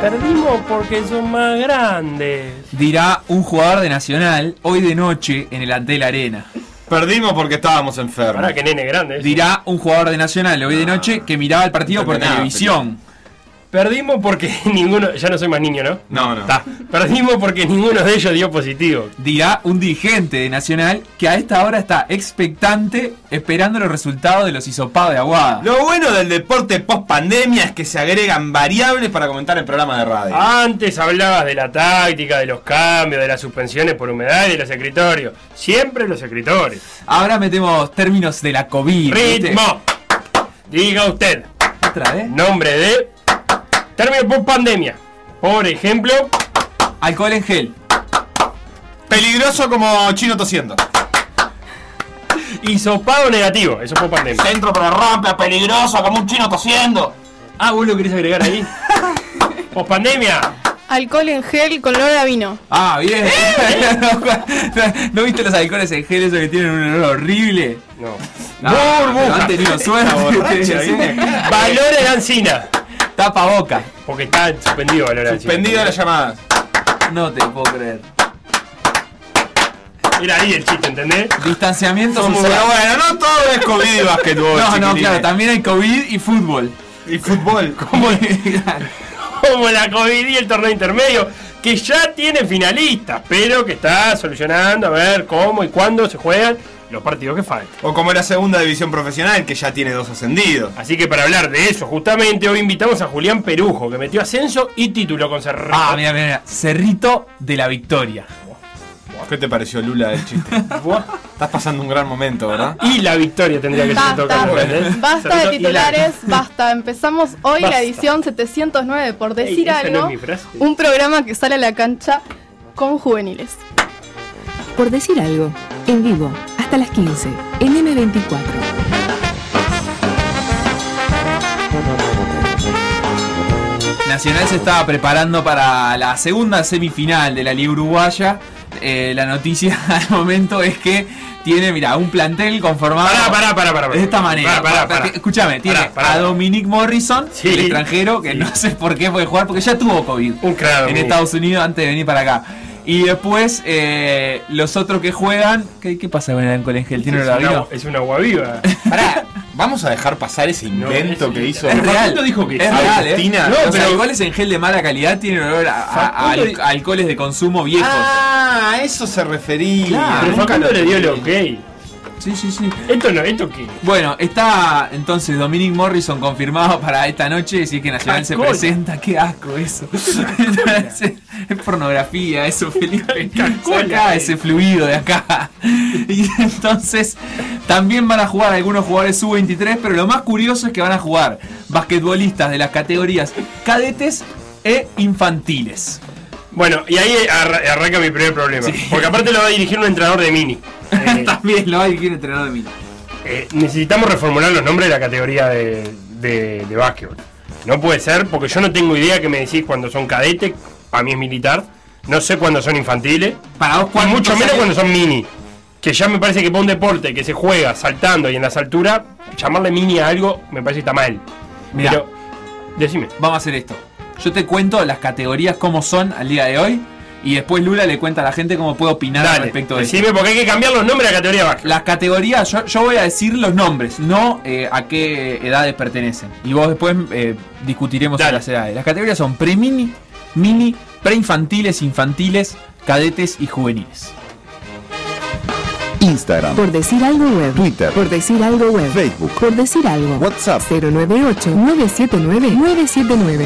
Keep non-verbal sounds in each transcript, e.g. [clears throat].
Perdimos porque son más grandes. Dirá un jugador de Nacional hoy de noche en el Antel Arena. Perdimos porque estábamos enfermos. Ahora que nene grande. ese. Dirá un jugador de Nacional hoy de noche que miraba el partido por Determinado, televisión. Perdimos porque [laughs] ninguno. Ya no soy más niño, ¿no? No, no. Está. Perdimos porque ninguno de ellos dio positivo. Dirá un dirigente de Nacional que a esta hora está expectante esperando los resultados de los hisopados de Aguada. Lo bueno del deporte post pandemia es que se agregan variables para comentar el programa de radio. Ah. Antes hablabas de la táctica, de los cambios, de las suspensiones por humedad y de los escritorios. Siempre los escritores. Ahora metemos términos de la COVID. ¿viste? Ritmo. Diga usted. Otra vez. Nombre de. Término por pandemia. Por ejemplo, Alcohol en gel. Peligroso como chino tosiendo. hisopado negativo. Eso fue pandemia. Centro para rampa, peligroso como un chino tosiendo. Ah, vos lo querés agregar [laughs] ahí. Post pandemia. Alcohol en gel con olor a vino. Ah, bien. [laughs] ¿No viste los alcoholes en gel esos que tienen un olor horrible? No. No, pero [laughs] han tenido suerte. borracha, viene acá. Valor de la encina. Tapa boca. Porque está suspendido valor de la encina. Suspendido las llamadas. No te puedo creer. Era ahí el chiste, ¿entendés? [laughs] Distanciamiento Pero social. bueno, no todo es COVID y [laughs] No, básquetbol. no, chiquilines. claro, también hay COVID y fútbol. Y fútbol. ¿Cómo le- como la COVID y el torneo intermedio, que ya tiene finalistas, pero que está solucionando a ver cómo y cuándo se juegan los partidos que faltan. O como la segunda división profesional, que ya tiene dos ascendidos. Así que para hablar de eso, justamente hoy invitamos a Julián Perujo, que metió ascenso y título con Cerrito. Ah, mira, mira, Cerrito de la Victoria. ¿Qué te pareció Lula del chiste? Estás pasando un gran momento, ¿verdad? y la victoria tendría que ser Basta, tocando. ¿entendés? basta de Cerrito ¿eh? y la- titulares, basta. Empezamos hoy Basta. la edición 709 por Ey, decir esa no algo, es mi frase. un programa que sale a la cancha con juveniles. Por decir algo, en vivo, hasta las 15, en M24. Nacional se estaba preparando para la segunda semifinal de la Liga Uruguaya. Eh, la noticia [laughs] al momento es que tiene, mira, un plantel conformado. Pará, pará, pará, pará, pará. De esta Pará, manera. pará, Para- pará. que- Escúchame, tiene Pará, pará. a Dominic Morrison, Sí. el extranjero, que Sí. no sé por qué puede jugar, porque ya tuvo COVID Un crado, en Dominic. Estados Unidos antes de venir para acá. Y después, eh, los otros que juegan. ¿Qué, qué pasa con el Colegio? ¿Tiene Es el una, es una agua [laughs] viva. Pará, vamos a dejar pasar ese No, invento es- que hizo. Es real. Facundo dijo que es sí. real, ¿eh? Agustina. No, No, pero pero- alcoholes en gel de mala calidad tienen olor a, a- a Facundo al- di- alcoholes de consumo viejos. Ah, a eso se refería. Claro. Pero Nunca Facundo lo le dio Ah, el ok. entendí. Sí, sí, sí. Esto no, esto qué. Bueno, está entonces Dominic Morrison confirmado para esta noche. Si es que Nacional se Alcohol. presenta, qué asco [laughs] eso. es pornografía [laughs] eso, Felipe. Calcola, Saca eh. ese fluido de acá. [laughs] Y entonces también van a jugar algunos jugadores sub-23, pero lo más curioso es que van a jugar basquetbolistas de las categorías cadetes e infantiles. Bueno, y ahí arra- arranca mi primer problema. Porque aparte lo va a dirigir un entrenador de [laughs] mini. Eh, También lo hay que entrenar de mí. Eh, necesitamos reformular los nombres de la categoría de, de, de básquetbol. No puede ser, porque yo no tengo idea que me decís cuando son cadete, a mí es militar, no sé cuándo son infantiles, Para vos, y ¿cuántos mucho menos años- cuando son mini. Que ya me parece que para un deporte que se juega saltando y en las alturas, llamarle mini a algo me parece que está mal. Mirá. Pero, decime, Vamos a hacer esto. Yo te cuento las categorías cómo son al día de hoy y después Lula le cuenta a la gente cómo puede opinar al dale, respecto de eso. decime porque hay que cambiar los nombres de la categoría de básquetbol. Las categorías, yo, yo voy a decir los nombres, no eh, a qué edades pertenecen. Y vos después eh, discutiremos Dale. a las edades. Las categorías son pre-mini, mini, preinfantiles, infantiles, cadetes y juveniles. Instagram, Por decir algo web. Twitter. Por decir algo web. Facebook. Por decir algo. WhatsApp. 098-979-979.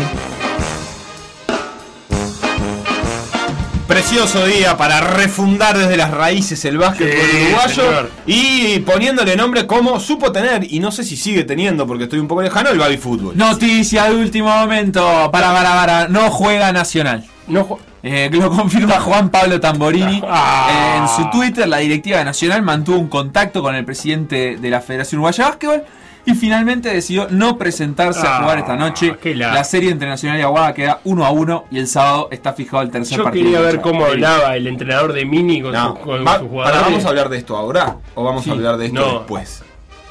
Precioso día para refundar desde las raíces el básquet Sí, uruguayo señor. y poniéndole nombre como supo tener, y no sé si sigue teniendo porque estoy un poco lejano, el baby fútbol. Noticia de último momento. Para, para, para. No juega Nacional. No ju- Eh, lo confirma Juan Pablo Tamborini. [laughs] Ah. Eh, en su Twitter, la directiva nacional mantuvo un contacto con el presidente de la Federación Uruguaya de Básquetbol y finalmente decidió no presentarse a Ah, jugar esta noche. qué la- La serie internacional y Aguada queda 1 a 1 y el sábado está fijado el tercer yo partido. quería de ver la cómo llave. hablaba el entrenador de mini con, No, sus- con va- sus pará, jugadores. ¿Vamos a hablar de esto ahora o vamos Sí. a hablar de esto No. después?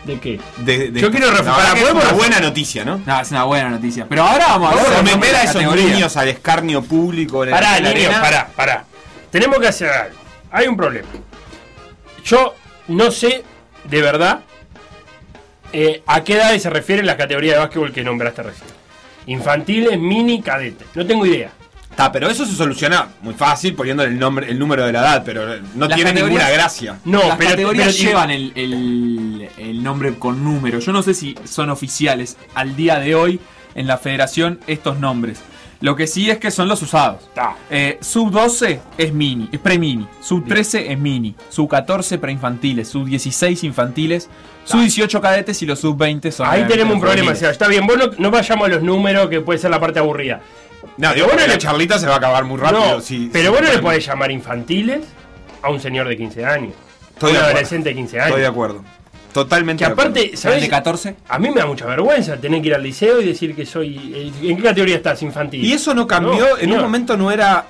¿De qué? De- de- Yo quiero la refutar- verdad que es ¿podemos una refutar? buena noticia, ¿no? No, es una buena noticia. Pero ahora vamos a hablar de Someter la a esos categoría. niños al escarnio público. en el- Pará, en la niños, arena. pará, pará. Tenemos que hacer algo. Hay un problema. Yo no sé, de verdad, eh, a qué edades se refieren las categorías de básquetbol que nombraste recién. Infantiles, mini, cadete. No tengo idea. Está, pero eso se soluciona muy fácil poniéndole el nombre, el número de la edad, pero eh, no Las tiene categorías- ninguna gracia. No, Las pero, categorías pero- llevan el, el- el nombre con número. Yo no sé si son oficiales al día de hoy en la federación estos nombres. Lo que sí es que son los usados. Ta. Eh, sub 12 es mini, es pre-mini. Sub 13 es mini. Sub 14 preinfantiles. Sub 16 infantiles. Sub 18 cadetes y los sub 20 son. Ahí obviamente tenemos un los problema, juveniles. Seba. Está bien, vos no, no vayamos a los números que puede ser la parte aburrida. No, digo, bueno, la charlita se va a acabar muy rápido. no, si- pero si- vos no le podés llamar infantiles a un señor de 15 años. Estoy un de acuerdo. adolescente de 15 años. Estoy de acuerdo. Totalmente Que de acuerdo. aparte, ¿Son el ¿sabés? de 14? A mí me da mucha vergüenza tener que ir al liceo y decir que soy. eh, ¿En qué categoría estás? Infantil. Y eso no cambió, en señor. un momento no era...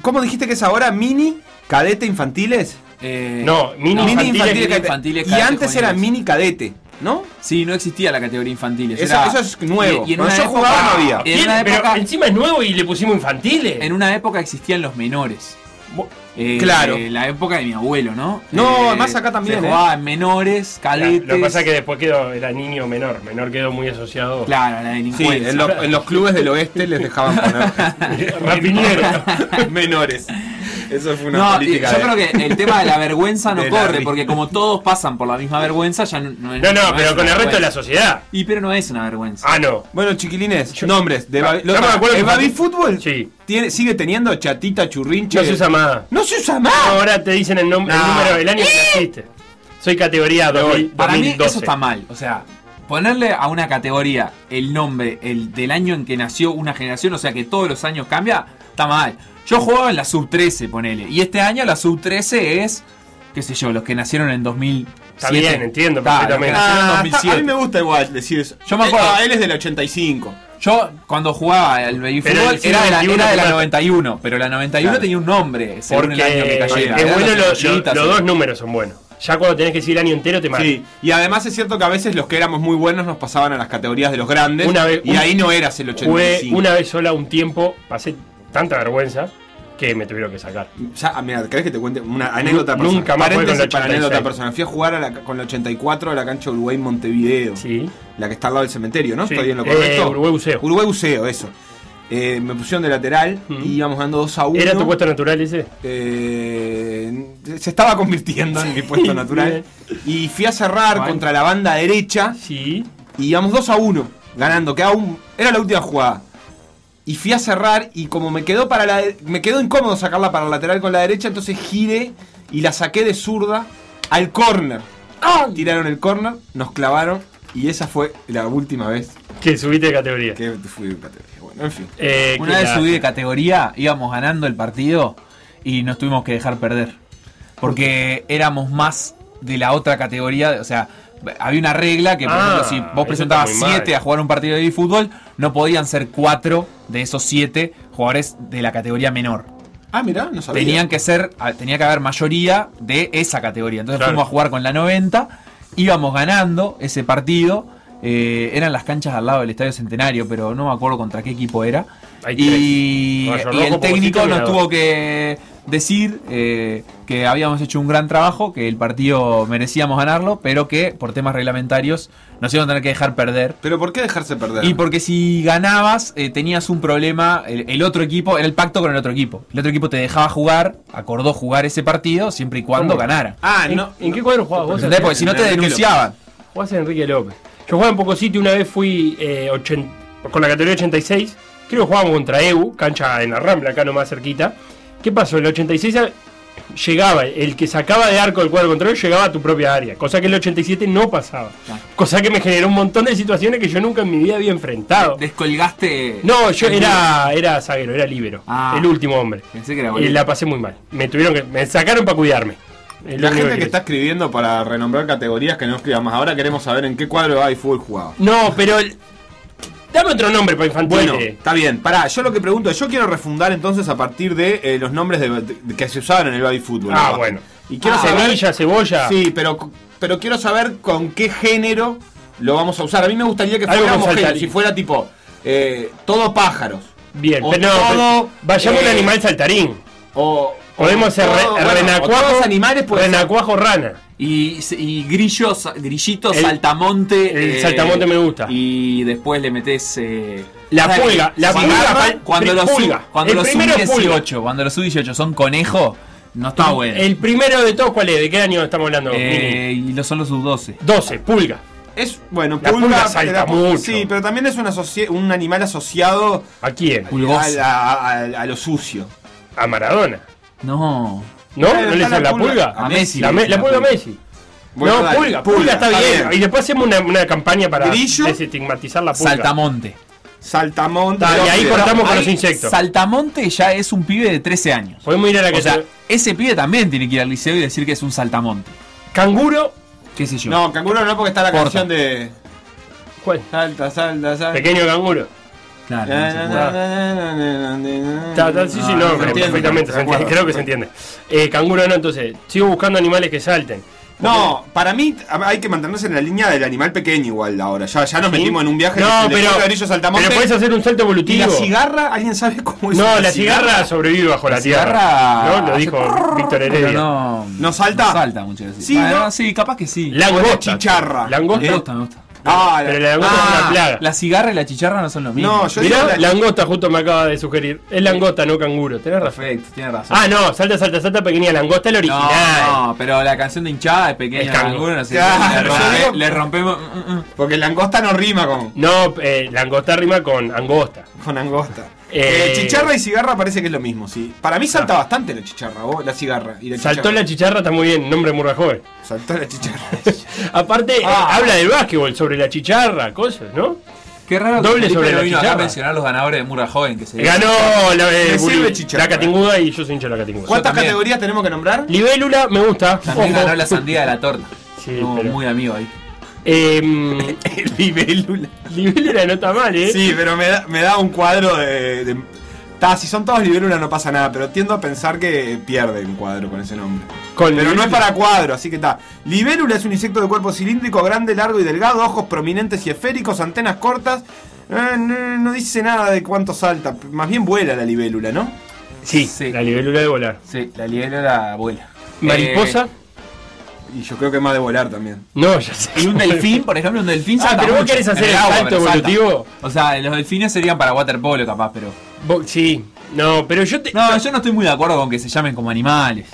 ¿Cómo dijiste que es ahora? ¿Mini? ¿Cadete infantiles? Eh, No, mini, No, infantiles. infantiles, cadete. infantiles, Y cadete, antes era juveniles. mini cadete, ¿no? Sí, no existía la categoría infantiles. Eso- era- eso es nuevo. Y, y en Cuando una yo época- jugaba no había. y en Bien, una pero época- encima es nuevo y le pusimos infantiles. En una época existían los menores. Bo- Eh, Claro. eh, la época de mi abuelo, ¿no? No, Eh, más acá también, Se eh. jugaba en menores, cadetes. Lo que pasa es que después quedó, era niño menor. Menor quedó muy asociado. [laughs] Claro, la Sí, delincuencia. en, los- en los clubes del oeste les dejaban poner [laughs] Rapiniero. [laughs] menores. Eso fue una No, y política yo de- creo que el tema de la vergüenza no [laughs] de la corre, ri- porque como todos pasan por la misma vergüenza, ya no, no es. No, no, es pero una con el resto de la vergüenza. sociedad. Y pero no es una vergüenza. Ah, no. Bueno, chiquilines, nombres. De Babi- Yo me acuerdo ¿El que- Babi Fútbol Sí. tiene, sigue teniendo chatita, churrinche? No se usa más. ¡No se usa más! Ahora te dicen el, nom- el No. número del año que naciste. Soy categoría 2000, Para mí 2012. eso está mal. O sea, ponerle a una categoría el nombre el del año en que nació una generación, o sea que todos los años cambia, está mal. Yo jugaba en la sub 13, ponele. Y este año la sub 13 es, qué sé yo, los que nacieron en 2007. Está bien, entiendo Está, los que perfectamente. nacieron en Ah, está- 2007. a mí me gusta igual decir eso. Yo me acuerdo. Eh, ah, él es del 85. Yo cuando jugaba al baby Pero fútbol el siglo era de, la, 21 era de la jugaba. 91, pero la 91 Claro. tenía un nombre, según Porque el año que cayera. es Eran bueno, las lo- lo- estrellitas, los o- dos números son buenos. Ya cuando tenés que decir año entero te matan. Sí, y además es cierto que a veces los que éramos muy buenos nos pasaban a las categorías de los grandes. Una vez- y un- ahí no eras el Jugué 85. una vez sola un tiempo, pasé tanta vergüenza que me tuvieron que sacar. Ya, ah, mira, ¿querés que te cuente una anécdota Nu- personal? nunca más jugué con la Paréntesis para 86. anécdota personal. Fui a jugar a la- con la 84 a la cancha Uruguay en Montevideo. Sí. La que está al lado del cementerio, ¿no? Sí. Estoy en lo Eh, correcto. Uruguay Buceo. Uruguay Buceo, eso. Eh, me pusieron de lateral Mm. y íbamos dando 2 a 1. ¿Era tu puesto natural ese? Eh, se estaba convirtiendo en mi [laughs] puesto natural. Y fui a cerrar Juan. contra la banda derecha Sí. y íbamos 2 a 1 ganando, que aún era la última jugada. Y fui a cerrar y como me quedó para la me quedó incómodo sacarla para el lateral con la derecha, entonces giré y la saqué de zurda al corner. Tiraron el corner, nos clavaron y esa fue la última vez Que subiste de categoría. que fui de categoría. Bueno, en fin. Eh, Una que vez la- subí de categoría, íbamos ganando el partido y nos tuvimos que dejar perder. Porque éramos más de la otra categoría. O sea, había una regla que, por Ah, ejemplo, si eso vos está presentabas muy mal. 7 a jugar un partido de fútbol, no podían ser 4 de esos 7 jugadores de la categoría menor. Ah, mirá, no sabía. Tenían que ser, a- tenía que haber mayoría de esa categoría. Entonces Claro. fuimos a jugar con la 90, íbamos ganando ese partido. eh, eran las canchas al lado del Estadio Centenario, pero no me acuerdo contra qué equipo era. Hay Y, tres. Rayo y Rojo, el Pobrecito técnico y nos Mirador. tuvo que decir eh, que habíamos hecho un gran trabajo, que el partido merecíamos ganarlo, pero que por temas reglamentarios nos iban a tener que dejar perder. Pero ¿por qué dejarse perder? Y porque si ganabas, eh, tenías un problema. El, el otro equipo, era el pacto con el otro equipo. El otro equipo te dejaba jugar, acordó jugar ese partido siempre y cuando ¿Cómo? ganara. Ah, ¿En, no. en qué cuadro jugabas vos? ¿Entendés? Porque si no te Enrique denunciaban. Jugás en Enrique López. Yo jugaba en poco sitio, una vez fui eh, 80 con la categoría 86. Creo que jugábamos contra EU, cancha en la Rambla, acá nomás cerquita. ¿Qué pasó? El 86 a- llegaba, el que sacaba de arco el cuadro contrario llegaba a tu propia área, cosa que el 87 no pasaba. Cosa que me generó un montón de situaciones que yo nunca en mi vida había enfrentado. Descolgaste. No, yo era, era zaguero, era libero, Ah. el último hombre. Pensé que era Y boludo. la pasé muy mal. Me tuvieron que, me sacaron para cuidarme. Es lo La único gente que quiero está escribiendo para renombrar categorías que no escriban más. Ahora queremos saber en qué cuadro hay fútbol jugado. No, pero. el- Dame otro nombre para infantiles. Bueno, está bien. Pará, yo lo que pregunto, yo quiero refundar entonces a partir de eh, los nombres de- de- que se usaban en el baby fútbol. Ah, ¿no? bueno. Y quiero Ah, saber- semilla, cebolla. Sí, pero c- pero quiero saber con qué género lo vamos a usar. A mí me gustaría que Algo fuera con homogéneo, saltarín. si fuera tipo eh, todo pájaros. Bien, O pero no, todo, pero vayamos a un eh, animal saltarín. O, Podemos ser o re- todo- bueno, renacuajo, o todos animales puede ser. renacuajo rana. Y, y grillos, grillitos, El- saltamonte. eh, el saltamonte me gusta. Y después le metes. eh, La ¿sabes? pulga, la cuando, pulga, agarra- pal- Cuando pri- los pulga. Cuando El los primero es pulga. 18, cuando los 18 son conejo, no está bueno. El primero de todos, ¿cuál es? ¿De qué año estamos hablando? Mini? Eh, y los son los sub-12. 12, pulga. Es, bueno, La pulga salta era- mucho. Sí, pero también es un, asoci- un animal asociado ¿A quién? Pulgoso. al- a, a- a lo sucio. A Maradona. No. ¿No? Claro, ¿No le está dicen la la pulga. pulga? A Messi. La, me- la La pulga a pulga. Messi. Bueno, no, dale, pulga, pulga, está, bien. Y después hacemos una, una campaña para Grillo. desestigmatizar la pulga. Saltamonte. Saltamonte. Está, y ahí Pero- cortamos con Ahí, los insectos. Saltamonte ya es un pibe de 13 años. Podemos ir a la que O sea, se- ese pibe también tiene que ir al liceo y decir que es un saltamonte. Canguro. ¿Qué sé yo? No, canguro no porque está la Corta. canción de ¿Cuál? Salta, salta, salta. Pequeño canguro. Claro. no Na, se na, puede. na, na, na, na, na, na. Ta- ta- sí, sí, Ah, no, se pero entiende, perfectamente, se de acuerdo. entiende, creo que se entiende. Eh, canguro no, entonces, sigo buscando animales que salten. No, para mí hay que mantenerse en la línea del animal pequeño igual ahora. Ya, ya nos ¿Sí? metimos en un viaje no, de- de pero, ladrillo saltamonte. pero puedes hacer un salto y evolutivo. la cigarra, pues, ¿alguien sabe cómo es? no, una la cigarra sobrevive bajo la, La tierra. cigarra- ¿No? Lo dijo Víctor Heredia. Pero no. ¿No salta? No salta muchas veces. Sí, Ah, ¿no? no, sí, capaz que sí. O la Langosta. chicharra. me Langosta. gusta, me gusta. Ah, la- Pero la langosta es una plaga. La cigarra y la chicharra no son lo mismo. No, yo digo Mirá, la- langosta justo me acaba de sugerir. Es langosta, no canguro. Tenés razón. Perfecto, tienes razón. Ah, no, salta, salta, salta, pequeña langosta, el no, original. no, pero la canción de hinchada es pequeña. Es cango. alguna, no sé. Claro, le, yo rompe- digo- le rompemos. mm, mm. porque langosta no rima con, No, eh, langosta rima con angosta. con angosta. Eh, Eh, chicharra y cigarra parece que es lo mismo, sí. Para mí salta bastante la chicharra, vos, la cigarra y la Saltó [laughs] chicharra. la chicharra, está muy bien, nombre muy joven. Saltó [laughs] la chicharra. Aparte, eh, Ah. habla del básquetbol, sobre la chicharra, cosas, ¿no? Qué raro Doble que sobre Pipe no la vino acá a chicharra. mencionar los ganadores de Murra Joven que se Ganó la, eh, Me sirve Buri- chicharra. la catinguda y yo soy hincha de la catinguda. ¿Cuántas también. categorías tenemos que nombrar? Libélula me gusta. También ojo. ganó la sandía de la torta. Sí, Estuvo pero- muy amigo ahí. Em, [laughs] Libélula. libélula no está mal, ¿eh? Sí, pero me da, me da un cuadro de. de- Ta, si son todos libélulas no pasa nada, pero tiendo a pensar que pierde un cuadro con ese nombre. Con pero no libélula. es para cuadro, así que está. Libélula es un insecto de cuerpo cilíndrico, grande, largo y delgado, ojos prominentes y esféricos, antenas cortas. Eh, no, no dice nada de cuánto salta, más bien vuela la libélula, ¿no? Sí, Sí. Eh, la libélula de volar. Sí, la libélula la abuela. Mariposa, Y yo creo que más de volar también. no, ya sé. Eh, Y un delfín, por ejemplo, un delfín Ah, salta pero vos mucho querés en hacer el agua, salto pero salta. evolutivo. O sea, los delfines serían para waterpolo capaz, pero... Bo- sí, no, pero yo te. No, yo no estoy muy de acuerdo con que se llamen como animales.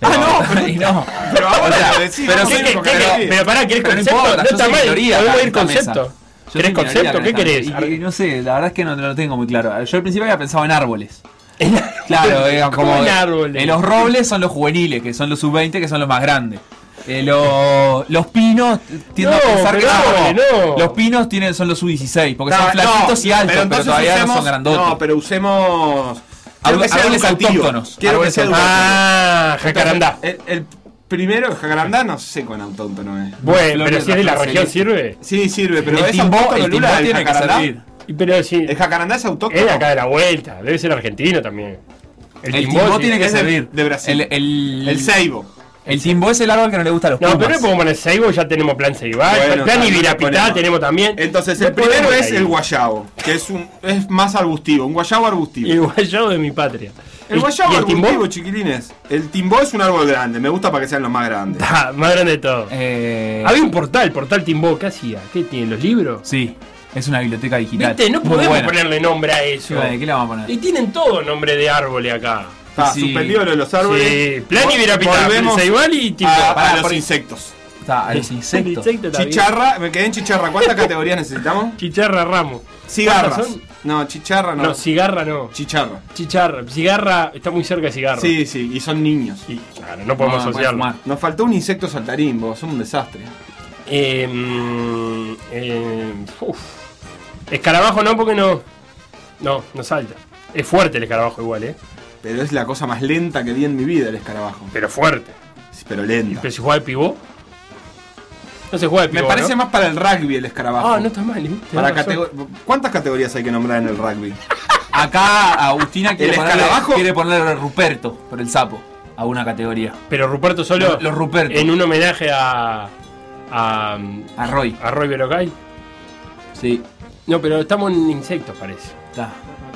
Ah, no, [laughs] pero- y no. Pero ahora O sea, [laughs] lo decís, pero vamos ¿Qué- sí, a qué- ir con qué- Javier. qué- pero pará, ¿querés Pero no concepto? importa, no yo está soy mal, minoría acá podemos en ir esta concepto. mesa. Yo soy ¿Querés minoría acá concepto? en ¿Qué esta querés? mesa. Y- y no sé, la verdad es que no, no lo tengo muy claro. Yo al principio había pensado en árboles. [laughs] Claro, eh, ¿Cómo como en árboles? eh, los robles son los juveniles, que son los sub-20, que son los más grandes. Eh, lo- los pinos tiendo a No, pensar que pero son, árboles, no. los pinos tienen, son los sub-16, porque Ta, son flaquitos no, y altos, pero, entonces todavía no usemos- son grandotes. No, pero usemos. Árboles- Quiero que sea árboles educativo. autóctonos. Quiero que Árboles sea autóctonos. educativo. Ah, jacarandá. El, el primero, Jacarandá, no sé con autóctono es. Bueno, pero flores, si es de la las región, flores ¿sirve? Sí, sirve, pero el es timbó, autóctono el timbó Lula el tiene que jacarandá. servir. Y Pero si. El jacarandá es Es autóctono. de acá de la vuelta, debe ser argentino también. El, timbó, tiene que es de- servir. de Brasil. El, el, El ceibo. el timbó es el árbol que no le gusta a los No, pumas. pero no podemos poner Seibo, ya tenemos plan Seibal, Bueno, Ah, plan también lo Ibirapitá ponemos. tenemos también. Entonces, No el primero podemos es ahí. el guayabo, que es un es más arbustivo, un guayabo arbustivo. [laughs] El guayabo de mi patria. el ¿Y- guayabo y el arbustivo, timbó? [laughs] chiquilines. El timbó es un árbol grande, me gusta para que sean los más grandes. Ah, más grande de todo. Eh, Había un portal, portal Timbó, ¿qué hacía? ¿Qué tiene? ¿Los libros? Sí, es una biblioteca digital. Viste, no Muy podemos buena. ponerle nombre a eso. ¿De qué le vamos a poner? Y tienen todo nombre de árboles acá. Está Sí. suspendido lo de los árboles. Sí, plan Vol- Ibirapitá, volvemos Seibal y Timbó. a, a Pará, los por- insectos. Está, a los El insectos. insecto está bien. Chicharra, me quedé en chicharra. [laughs] ¿Cuántas categorías necesitamos? Chicharra Ramos. Cigarras. ¿Cuántas son? No, chicharra no. No, cigarra no. Chicharra. Chicharra. Cigarra está muy cerca de cigarro. Sí, sí, y son niños. Y, claro, no podemos No, no puede asociarlo. fumar. Nos faltó un insecto saltarín, vos, son un desastre. Eh, mm, eh, uf. Escarabajo no, porque no. No, no salta. Es fuerte el escarabajo igual, ¿eh? Pero es la cosa más lenta que vi en mi vida el escarabajo. Pero fuerte. Sí, Pero lenta. Pero si juega de pivot. No se juega de Me pivot. parece ¿no? más para el rugby el escarabajo. Ah, no está mal, ¿eh? Tenés Para razón. catego- ¿Cuántas categorías hay que nombrar en el rugby? Acá Agustina quiere ¿El ponerle, escarabajo? quiere ponerle Ruperto por el sapo a una categoría. Pero Ruperto solo. Los- los Ruperto. En un homenaje a. a, a A Roy. Roy Berocay. Sí. No, pero estamos en insectos, parece. Está.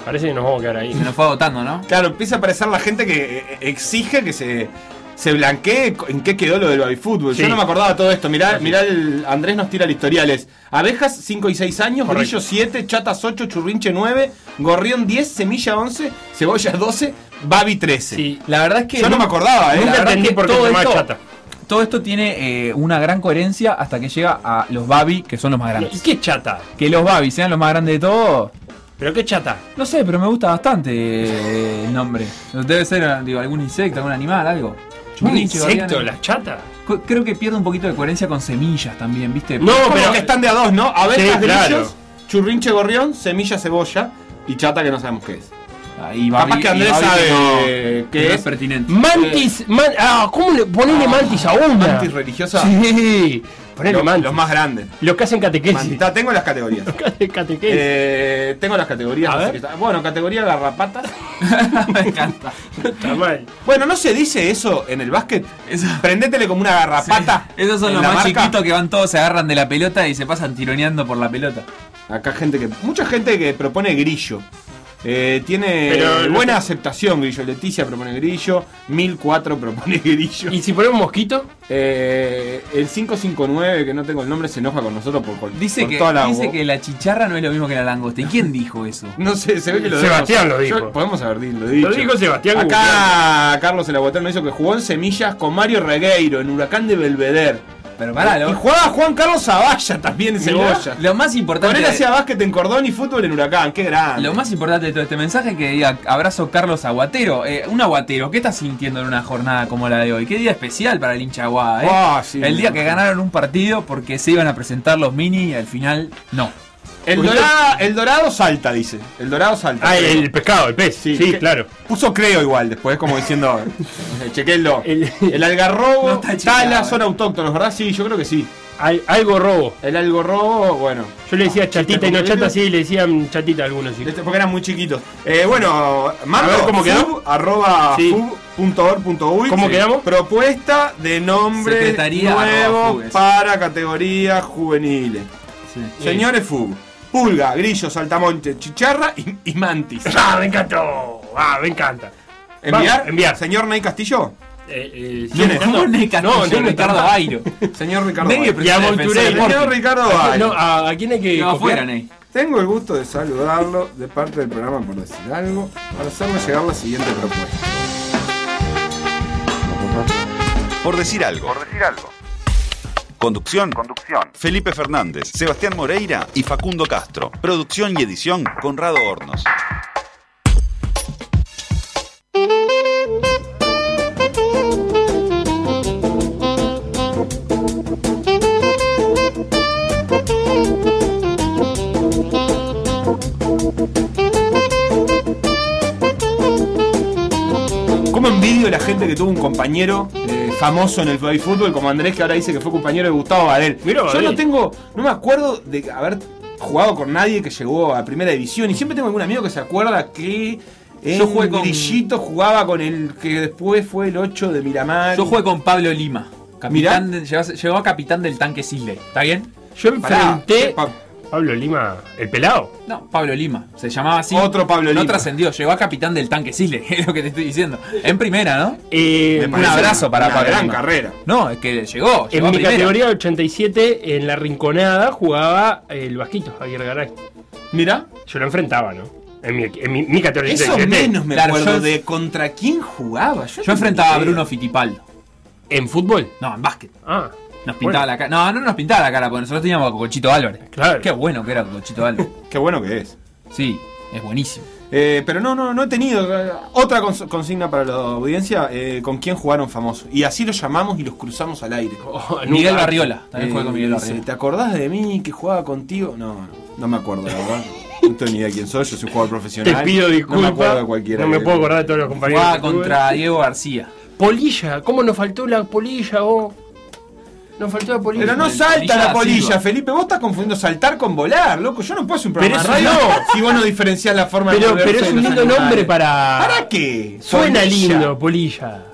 Parece que nos vamos a quedar ahí. Se nos fue agotando, ¿no? Claro, empieza a aparecer la gente que eh, exige que se, se blanquee co- en qué quedó lo del baby fútbol. Sí. Yo no me acordaba todo esto. Mirá, mirá el, Andrés nos tira el historiales. Abejas 5 y 6 años, Correcto. brillo 7, chatas 8, churrinche 9, gorrión 10, semilla 11, cebolla 12, babi 13. Sí. La verdad es que. Yo no me acordaba, ¿eh? La Nunca verdad entendí que por qué todo se llama esto- chata. Todo esto tiene eh, una gran coherencia hasta que llega a los Babi, que son los más ¿Y grandes. qué chata? Que los Babi sean los más grandes de todos. ¿Pero qué chata? No sé, pero me gusta bastante eh, el nombre. Debe ser digo, algún insecto, algún animal, algo. ¿Un Churrinche, insecto, guardián. la chata? Co- Creo que pierde un poquito de coherencia con semillas también, ¿viste? No, Como pero- que están de a dos, ¿no? Abejas, Sí, claro. grillos, churrinche, gorrión, semilla, cebolla y chata que no sabemos qué es. Ahí va Capaz que Andrés sabe que, qué no es. Mm, es pertinente. Mantis, man- ah, ¿cómo le ponele mantis a una? Mantis religiosa. Sí, ponele Lo- mantis. los más grandes. [laughs] Los que hacen catequesis. Mantita, tengo las categorías. Los que hacen catequesis. Eh, tengo las categorías. A no sé ver. qué está- Bueno, categoría garrapatas. Me encanta. Está mal. Bueno, ¿no se dice eso en el básquet? Eso- Prendétele como una garrapata. Esos son en los la más marca. chiquitos que van todos, se agarran de la pelota y se pasan tironeando por la pelota. Acá gente que. Mucha gente que propone grillo. Eh, tiene Pero- buena aceptación grillo. Leticia propone grillo. 1004 propone [laughs] grillo. ¿Y si ponemos mosquito? Eh, el 559, que no tengo el nombre, se enoja con nosotros por, por- Dice, por que toda la, la dice que la chicharra no es lo mismo que la langosta. ¿Y quién dijo eso? No sé, se ve que lo Sebastián debemos- lo dijo. Yo- podemos haber di- lo dicho. Lo dijo Sebastián Acá Carlos el Aguatero nos dijo que jugó en Semillas con Mario Regueiro en Huracán de Belvedere. Pero pará, Y lo, jugaba Juan Carlos Zavalla también en Cebolla. lo más Con importante. él hacía básquet en cordón y fútbol en Huracán. Qué grande. Lo más importante de todo este mensaje es que diga abrazo Carlos Aguatero. Eh, un aguatero, ¿qué estás sintiendo en una jornada como la de hoy? Qué día especial para el hincha Aguada, ¿eh? Ah, sí. el día que ganaron un partido porque se iban a presentar los mini y al final no. El, Dorada- el Dorado salta, dice. El Dorado salta. Ah, el pescado, el pez. Sí, que- claro. Puso creo igual después, [laughs] como diciendo. chequenlo. El, El- algarrobo, No está chequeado, tala, eh. son autóctonos, ¿verdad? Sí, yo creo que sí. Al- algo robo. El algarrobo, bueno. Yo le decía chatita y no chata, sí, le decían chatita a algunos. Sí. Este, porque eran muy chiquitos. Eh, bueno, Marco, A ver, ¿cómo quedó? fub, arroba Sí. fub.org.uy. ¿Cómo quedamos? Propuesta de nombres Secretaría arroba nuevos fub, es. para categorías juveniles. Sí. Señores fub, pulga, grillo, saltamonte, chicharra y, y mantis. ¡Ah, me encantó! ¡Ah, me encanta! ¿Enviar? Vamos, enviar. ¿Señor Ney Castillo? Eh, eh, ¿Quién sí, es? ¿cómo? ¿Cómo no es Castillo? No, no, no, Ricardo no. Bairo. [laughs] Señor Ricardo. Ney, Valle. pero- Defensa Y a Volturelli. del Señor Ricardo Valle. No, ¿a, a quién hay que No, copiar? afuera, Ney. Tengo el gusto de saludarlo de parte del programa por decir algo, para hacerme llegar la siguiente propuesta. Por decir algo. Por decir algo. Conducción. Conducción. Felipe Fernández, Sebastián Moreira y Facundo Castro. Producción y edición, Conrado Hornos. ¿Cómo envidio a la gente que tuvo un compañero eh, famoso en el baby fútbol como Andrés, que ahora dice que fue compañero de Gustavo Badel? Mirá, Yo Badel. no tengo, no me acuerdo de haber jugado con nadie que llegó a primera división y siempre tengo algún amigo que se acuerda que en Yo jugué con- Grillito jugaba con el que después fue el 8 de Miramar. Yo jugué con Pablo Lima. Capitán Mirá. de- llegó, a- llegó a capitán del tanque Sisley. ¿Está bien? Yo Pará, eh, enfrenté. pa- Pablo Lima, el pelado. No, Pablo Lima. Se llamaba así. Otro Pablo Lima. No trascendió. Llegó a capitán del tanque Sisley. [laughs] Es lo que te estoy diciendo. En primera, ¿no? Eh, me parece abrazo para una Pablo gran Lima. carrera. No, es que llegó. llegó En a mi primera. categoría 87, en la rinconada, jugaba el Vasquito, Javier Garay. Mira, Yo lo enfrentaba, ¿no? En mi, en mi, mi categoría Eso 87. menos me Claro, acuerdo yo- de contra quién jugaba. Yo, Yo enfrentaba a tenía Bruno idea. Fitipaldo. ¿En fútbol? No, en básquet. Ah. Nos pintaba Bueno. la cara. No, no nos pintaba la cara, porque nosotros teníamos a Cocochito Álvarez. Claro. Qué bueno que era Cocochito [laughs] Álvarez. Qué bueno que es. Sí, es buenísimo. Eh, pero no, no, no he tenido eh, otra cons- consigna para la audiencia eh, con quién jugaron famosos. Y así los llamamos y los cruzamos al aire. Oh, Miguel nunca- Barriola. También Eh, jugué con Miguel dice, Barriola. ¿Te acordás de mí que jugaba contigo? No, no, no me acuerdo, la verdad. No tengo ni idea quién soy, yo soy jugador Te profesional. pido disculpas. No me acuerdo de cualquiera. No me que- puedo acordar de todos los compañeros. Jugaba que tuve. contra Diego García. Polilla. ¿Cómo nos faltó la polilla, vos? Nos faltó la polilla. Pero no El salta polilla la polilla, Silva. Felipe. Vos estás confundiendo saltar con volar, loco. Yo no puedo hacer un programa Pero de eso radio no. si vos no diferenciás la forma Pero, moverse pero es de un los lindo animales. nombre para. ¿Para qué? Suena Polilla. lindo, polilla.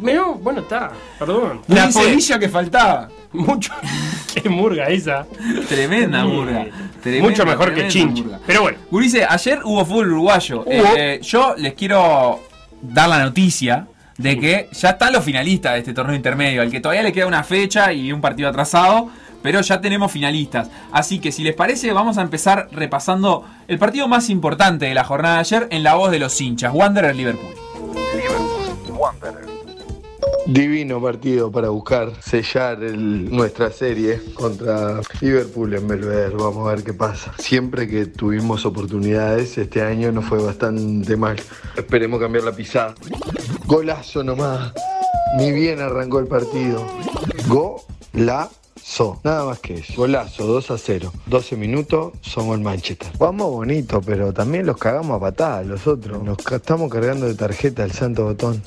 Bueno, bueno, está. Perdón. La Dice- polilla que faltaba. Mucho. [laughs] Qué murga esa. Tremenda Sí. murga. Tremenda, Mucho mejor que tremenda Chinch. murga. Pero bueno, Gurice, ayer hubo fútbol uruguayo. Hubo. Eh, eh, yo les quiero dar la noticia de que ya están los finalistas de este torneo intermedio, al que todavía le queda una fecha y un partido atrasado, pero ya tenemos finalistas. Así que si les parece, vamos a empezar repasando el partido más importante de la jornada de ayer en la voz de los hinchas, Wanderer Liverpool. Divino partido para buscar sellar el- nuestra serie contra Liverpool en Belvedere. Vamos a ver qué pasa. Siempre que tuvimos oportunidades, este año nos fue bastante mal. Esperemos cambiar la pisada. Golazo nomás. Ni bien arrancó el partido. Golazo. Nada más que eso. Golazo, 2 a 0. 12 minutos, somos el Manchester. Vamos bonito, pero también los cagamos a patadas los otros. Nos ca- estamos cargando de tarjeta el santo botón.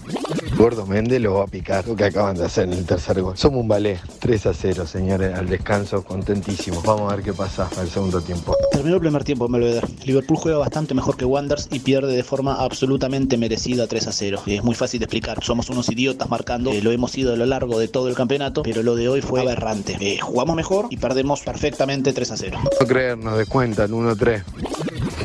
Gordo Méndez lo va a picar, lo que acaban de hacer en el tercer gol. Somos un ballet. 3 a 0, señores, al descanso, contentísimos. Vamos a ver qué pasa al segundo tiempo. Terminó el primer tiempo en Belvedere. Liverpool juega bastante mejor que Wanderers y pierde de forma absolutamente merecida 3 a 0. Es muy fácil de explicar. Somos unos idiotas marcando. eh, lo hemos sido a lo largo de todo el campeonato, pero lo de hoy fue aberrante. Eh, jugamos mejor y perdemos perfectamente 3 a 0. No creer, nos descuentan 1-3.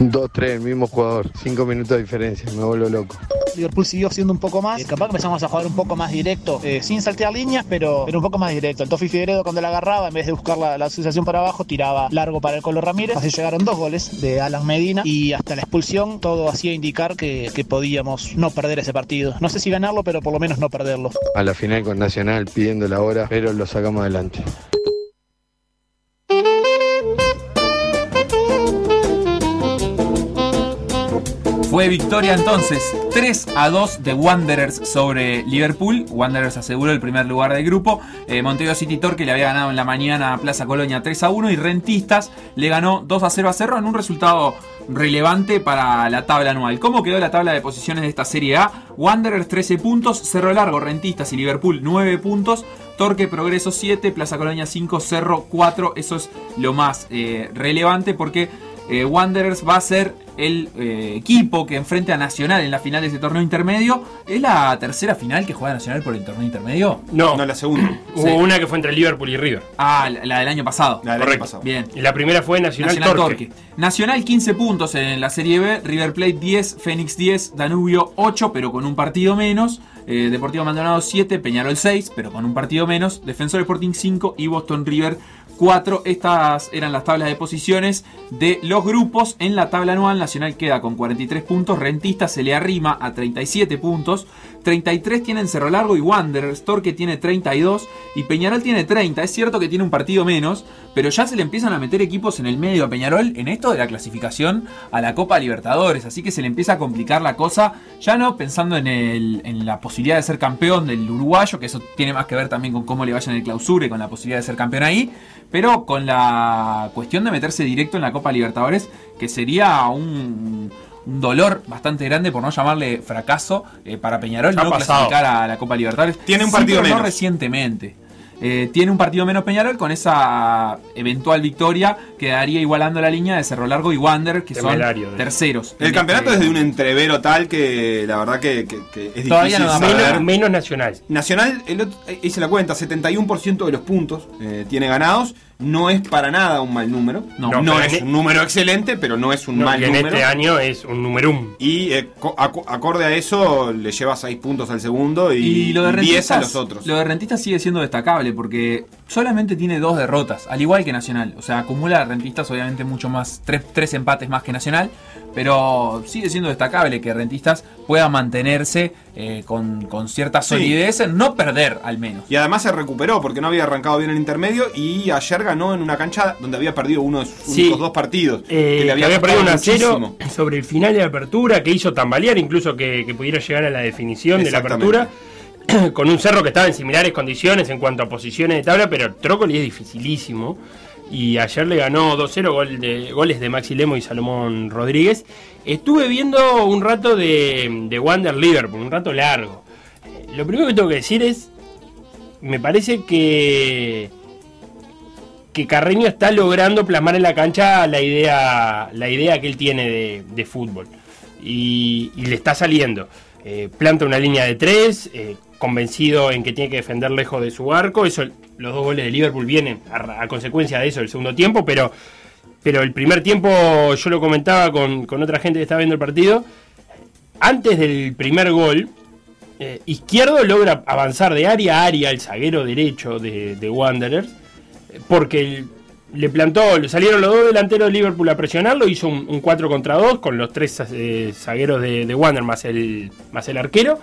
2-3, el mismo jugador. 5 minutos de diferencia, me vuelvo loco. Liverpool siguió siendo un poco más. eh, capaz que empezamos a jugar un poco más directo, eh, sin saltear líneas, pero, pero un poco más directo. El Tofi Figueredo cuando la agarraba, en vez de buscar la, la asociación para abajo, tiraba largo para el Color Ramírez. Así llegaron dos goles de Alan Medina y hasta la expulsión todo hacía indicar que, que podíamos no perder ese partido. No sé si ganarlo, pero por lo menos no perderlo. A la final con Nacional pidiendo la hora, pero lo sacamos adelante. Fue victoria entonces 3 a 2 de Wanderers sobre Liverpool. Wanderers aseguró el primer lugar del grupo. Eh, Montevideo City Torque le había ganado en la mañana a Plaza Colonia 3 a 1 y Rentistas le ganó 2 a 0 a Cerro en un resultado relevante para la tabla anual. ¿Cómo quedó la tabla de posiciones de esta Serie A? Wanderers 13 puntos, Cerro Largo, Rentistas y Liverpool 9 puntos. Torque Progreso 7, Plaza Colonia 5, Cerro 4. Eso es lo más eh, relevante porque eh, Wanderers va a ser el eh, equipo que enfrenta a Nacional en la final de ese torneo intermedio. ¿Es la tercera final que juega Nacional por el torneo intermedio? no. No, la segunda. hubo sí. una que fue entre Liverpool y River. Ah, la, la del año pasado. La del año Correcto. pasado. Bien. Y la primera fue Nacional, Nacional Torque. Torque. Nacional 15 puntos en la Serie B, River Plate 10, Fénix 10, Danubio 8, pero con un partido menos. eh, Deportivo Maldonado 7, Peñarol 6, pero con un partido menos. Defensor Sporting 5 y Boston River 4. Estas eran las tablas de posiciones de los grupos. En la tabla anual, Nacional queda con 43 puntos. Rentista se le arrima a 37 puntos. 33 tienen Cerro Largo y Wanderers. Torque tiene 32 y Peñarol tiene 30. Es cierto que tiene un partido menos, pero ya se le empiezan a meter equipos en el medio a Peñarol en esto de la clasificación a la Copa Libertadores. Así que se le empieza a complicar la cosa, ya no pensando en, el- en la posibilidad de ser campeón del uruguayo, que eso tiene más que ver también con cómo le vayan en el clausura y con la posibilidad de ser campeón ahí, pero con la cuestión de meterse directo en la Copa Libertadores, que sería un... un dolor bastante grande por no llamarle fracaso eh, para Peñarol Ha no pasado. clasificar a la Copa Libertadores. Tiene un Sí, partido pero no menos. recientemente. Eh, tiene un partido menos Peñarol con esa eventual victoria quedaría igualando la línea de Cerro Largo y Wander que Temerario, son eh. terceros. El En campeonato es este- de un entrevero tal que la verdad que, que- que es Todavía difícil no da para saber. Menos, menos Nacional. Nacional, el otro- eh, hice la cuenta, 71% de los puntos eh, tiene ganados. No es para nada un mal número. No. Pero es en- un número excelente, pero no es un No, mal y en número. este año es un numerum. Y eh, co- acu- acorde a eso, le lleva 6 puntos al segundo y, Y lo de 10 a rentistas, los otros. lo de rentistas sigue siendo destacable porque solamente tiene dos derrotas, al igual que Nacional. O sea, acumula rentistas obviamente mucho más, tres, tres empates más que Nacional, pero sigue siendo destacable que rentistas pueda mantenerse eh, con, con cierta solidez, en no perder al menos. Y además se recuperó porque no había arrancado bien el intermedio y ayer ganó en una cancha donde había perdido uno de sus Sí. únicos dos partidos. Eh, que le había, perdido un costado acero muchísimo. sobre el final de la apertura que hizo tambalear incluso que, que pudiera llegar a la definición de la Exactamente. apertura [clears throat] con un cerro que estaba en similares condiciones en cuanto a posiciones de tabla pero Trócoli es dificilísimo y ayer le ganó 2-0 gol de- goles de Maxi Lemo y Salomón Rodríguez estuve viendo un rato de, de Wander Liverpool un rato largo Eh, lo primero que tengo que decir es me parece que que Carreño está logrando plasmar en la cancha la idea, la idea que él tiene de, de fútbol. Y, y le está saliendo. Eh, planta una línea de tres, eh, convencido en que tiene que defender lejos de su arco. Eso, los dos goles de Liverpool vienen a, ra- a consecuencia de eso el segundo tiempo, pero, pero el primer tiempo yo lo comentaba con, con otra gente que estaba viendo el partido. Antes del primer gol, eh, Izquierdo logra avanzar de área a área el zaguero derecho de, de Wanderers, eh, porque el- le plantó, le salieron los dos delanteros de Liverpool a presionarlo, hizo un, un 4 contra 2 con los tres eh, zagueros de, de Wanderers más el, más el arquero,